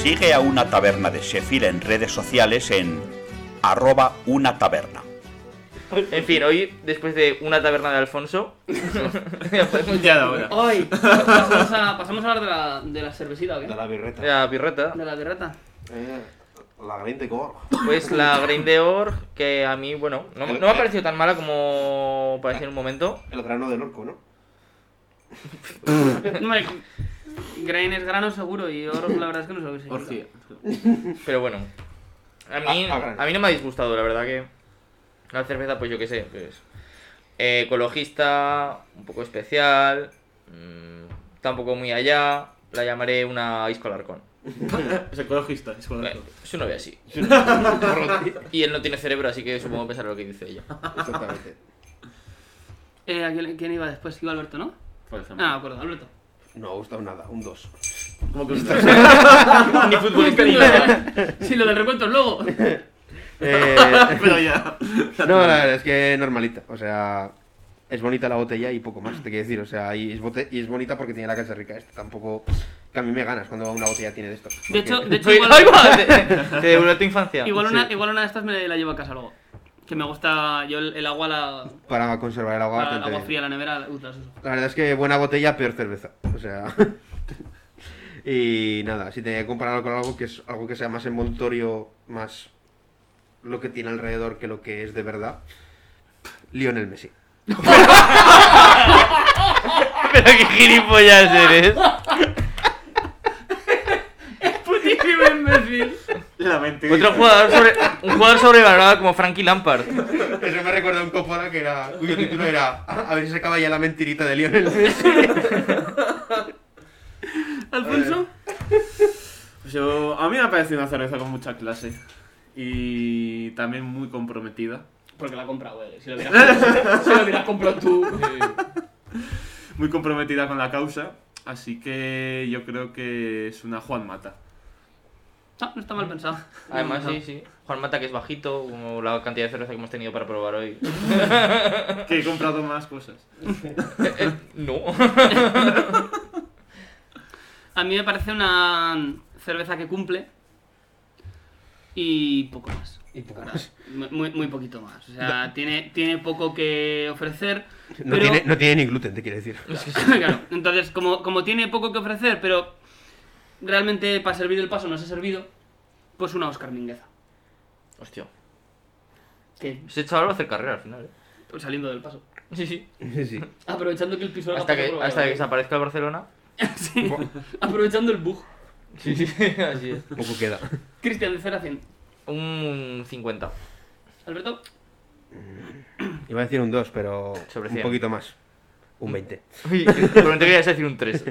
Sigue a una taberna de Sheffield en redes sociales en arroba una taberna.
En fin, hoy, después de una taberna de [LAUGHS] Alfonso, ya podemos
Ya era hora.
Ay, pasamos a, pasamos a hablar de la, de la cervecita, ¿o qué?
De la birreta.
la birreta.
De la birreta.
Eh, la Green de Cor.
Pues la Grindeor, que a mí, bueno, no, no me ha parecido tan mala como parecía en un momento.
El grano del orco, ¿no?
No me... Grain es grano seguro y oro la verdad es que no sé lo que significa.
Orgía.
Pero bueno, a mí,
A- a gran.
a mí no me ha disgustado, la verdad que la cerveza, pues yo qué sé, pues, eh, ecologista, un poco especial, mm, tampoco muy allá, la llamaré una Isco Alarcón.
Es ecologista, es
Bueno,
ecologista.
su novia sí. [LAUGHS] Y él no tiene cerebro, así que supongo pensar lo que dice ella.
Exactamente.
Eh, ¿a quién, quién iba después? Iba Alberto, ¿no?
Por ejemplo.
Ah, de acuerdo, Alberto.
No ha gustado nada, un 2.
Como [LAUGHS] que
Ni futbolista ni nada.
Sí, lo del recuento es luego.
Eh,
Pero ya.
[LAUGHS] no, la verdad es que normalita. O sea, es bonita la botella y poco más, te quiero decir. O sea, y es, bote- y es bonita porque tiene la casa rica. Esta tampoco. Que a mí me ganas cuando una botella tiene de esto.
De hecho,
Porque-
de hecho
Ay,
igual,
ay, va, Te, te devuelve tu infancia.
igual
Sí.
una, igual una de estas me la llevo a casa luego. Que me gusta yo el, el agua, la,
para conservar el agua.
la- el
bastante
agua
bien.
fría, la nevera, uh, las
[LAUGHS]
uso.
La verdad es que buena botella, peor cerveza. O sea. [LAUGHS] y nada, si tenía que compararlo con algo que es algo que sea más envoltorio, más lo que tiene alrededor que lo que es de verdad. Lionel Messi.
[LAUGHS] Pero qué gilipollas eres.
Putísimo imbécil.
La mentira.
Otro jugador sobre, un jugador sobrevalorado como Frankie Lampard.
Eso me recuerda a un copora que era. cuyo título era "Ah, A ver si se acaba ya la mentirita de Lionel Messi.
Alfonso.
Pues yo- a mí me ha parecido una cerveza con mucha clase. Y también muy comprometida.
Porque la compra, güey. Si lo hubieras, si lo hubieras comprado tú.
[LAUGHS] Muy comprometida con la causa. Así que yo creo que es una Juan Mata.
Ah, No, no está mal pensado.
Además, sí, sí. Juan Mata, que es bajito, como la cantidad de cerveza que hemos tenido para probar [LAUGHS] hoy.
Que he comprado más cosas.
Eh, eh, no.
A mí me parece una cerveza que cumple. Y poco más.
Y poco más.
Muy, muy- muy poquito más. O sea, tiene, tiene poco que ofrecer.
No,
pero- [LAUGHS]
tiene, no tiene ni gluten, te quiero decir. [LAUGHS]
Claro, entonces, como, como tiene poco que ofrecer, pero realmente para servir el paso no se ha servido, pues una Oscar Mingueza.
Hostia.
Que
Ese chaval va a hacer carrera al final, eh.
saliendo del paso.
Sí, sí.
Sí.
Aprovechando que el piso
Hasta que, hasta que desaparezca el Barcelona.
Sí, Aprovechando el bug.
Sí, sí, [LAUGHS] así es.
Poco queda.
Cristian, de 0 a 100.
Un 50.
Alberto,
Iba a decir un 2, pero.
Sobre
un
cien.
poquito más. Un 20.
Uy, [LAUGHS] Pero no te querías decir un 3.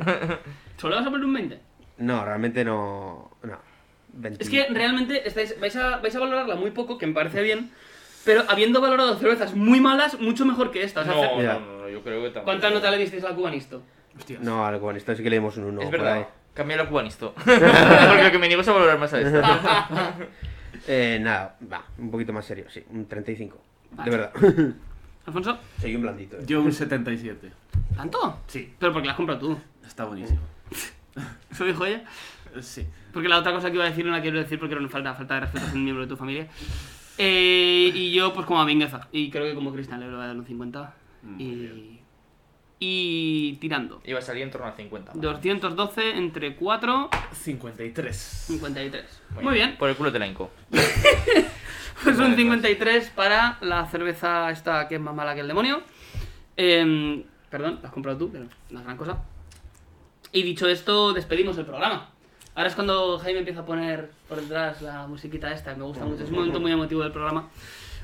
¿solo vas a poner un 20?
No, realmente no. No. 20.
Es que realmente estáis, vais, a, vais a valorarla muy poco, que me parece bien, pero habiendo valorado cervezas muy malas, mucho mejor que esta. O sea,
No,
ce-
Ya.
no, no, yo creo que tampoco.
¿Cuánta nota le disteis a la cubanisto?
No, al esto sí que le dimos un 1.
Es verdad. Cambia la [LAUGHS] cubanisto. Porque lo que me niego es a valorar más a este. esto.
Eh, nada, va, un poquito más serio, sí, un 35.
Vale.
De verdad. [LAUGHS]
Alfonso,
Soy un blandito. eh.
Yo un 77.
¿tanto?
Sí.
Pero porque la has comprado tú.
Está buenísimo.
Eso dijo ella.
Sí.
Porque la otra cosa que iba a decir no la quiero decir porque era una falta, falta de respeto a un miembro de tu familia. Eh, y yo, pues como a venganza. Y creo que como Cristian le voy a dar un 50. Y, y tirando.
Iba a salir en torno a 50.
212 entre 4,
53.
53. Muy bien.
Por el culo te la hinco.
Pues un 53 para la cerveza esta que es más mala que el demonio. Em, perdón, la has comprado tú, pero no es gran cosa. Y dicho esto, despedimos el programa. Ahora es cuando Jaime empieza a poner por detrás la musiquita esta, que me gusta mucho. Es un momento muy emotivo del programa.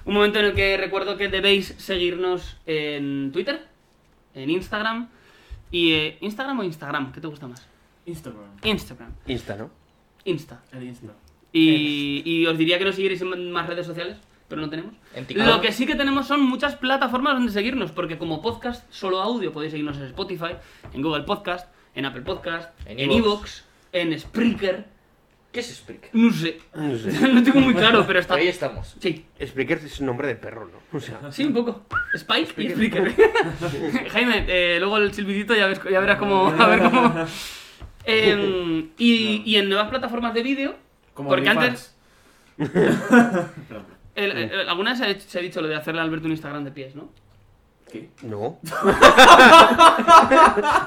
Un momento en el que recuerdo que debéis seguirnos en Twitter, en Instagram. Y, eh, ¿Instagram o Instagram? ¿Qué te gusta más?
Instagram.
Instagram.
Insta, ¿no?
Insta.
El Insta.
Y, y os diría que nos siguierais en más redes sociales, pero no tenemos.
En TikTok.
Lo que sí que tenemos son muchas plataformas donde seguirnos, porque como podcast, solo audio, podéis seguirnos en Spotify, en Google Podcast, en Apple Podcast,
En
en
iVoox.
Evox, en Spreaker,
¿Qué es Spreak?
no sé. [LAUGHS]
No sé.
No tengo muy claro, pero está.
Ahí estamos.
Sí,
Spreaker es un nombre de perro, ¿no? O sea,
sí, un poco. Spike y Spreaker. [LAUGHS] Jaime, eh, luego el silbidito ya, ves- ya verás cómo. A ver cómo.
[LAUGHS]
Em, y, y en nuevas plataformas de vídeo,
Como
porque
OnlyFans.
antes. El- el- el- alguna vez se ha, hecho- se ha dicho lo de hacerle a Alberto un Instagram de pies, ¿no?
¿Qué?
no.
O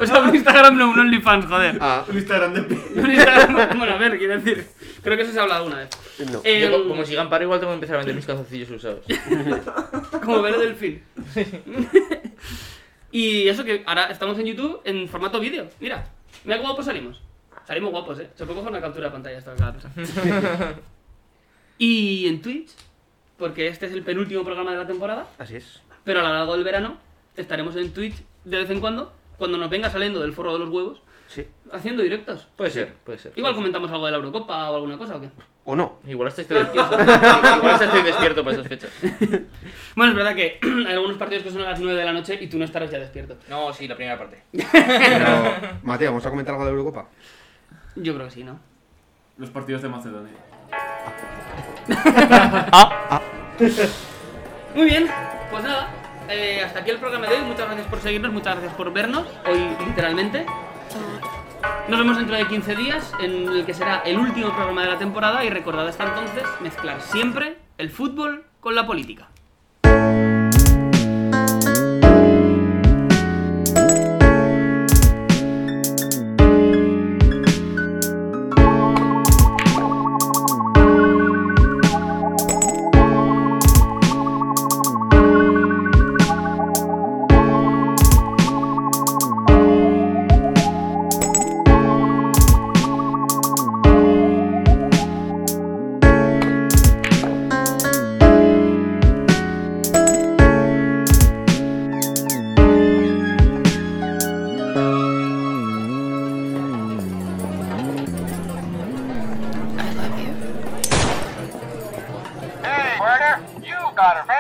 sea, un Instagram no, un OnlyFans, joder.
Ah,
Un Instagram de pi-
Un Instagram, bueno, a ver, quiero decir. Creo que eso se ha hablado alguna vez.
no.
Eh,
Yo, co- como sigan paro, igual tengo que empezar a vender mis calzoncillos usados.
como ver el delfín. [LAUGHS] y eso que ahora estamos en YouTube en formato vídeo. Mira, mira qué guapos salimos. Salimos guapos, eh. Se puede coger una captura de pantalla esta cada
[LAUGHS]
cosa. y en Twitch, porque este es el penúltimo programa de la temporada.
Así es.
Pero a lo largo del verano estaremos en Twitch de vez en cuando, cuando nos venga saliendo del forro de los huevos,
Sí.
haciendo directos.
Puede ser, puede ser.
Igual comentamos algo de la Eurocopa o alguna cosa o qué.
¿O no?
Igual hasta estoy [LAUGHS] despierto. Igual hasta estoy despierto para esas fechas.
Bueno, es verdad que [CLEARS THROAT] hay algunos partidos que son a las 9 de la noche y tú no estarás ya despierto.
No, sí, la primera parte.
Pero, Mateo, ¿vamos a comentar algo de la Eurocopa?
Yo creo que sí, ¿no?
Los partidos de Macedonia.
Muy bien, pues nada, eh, hasta aquí el programa de hoy. Muchas gracias por seguirnos, muchas gracias por vernos, hoy literalmente. Nos vemos dentro de 15 días en el que será el último programa de la temporada y recordad hasta entonces mezclar siempre el fútbol con la política.
Hey, Werner, you got a man.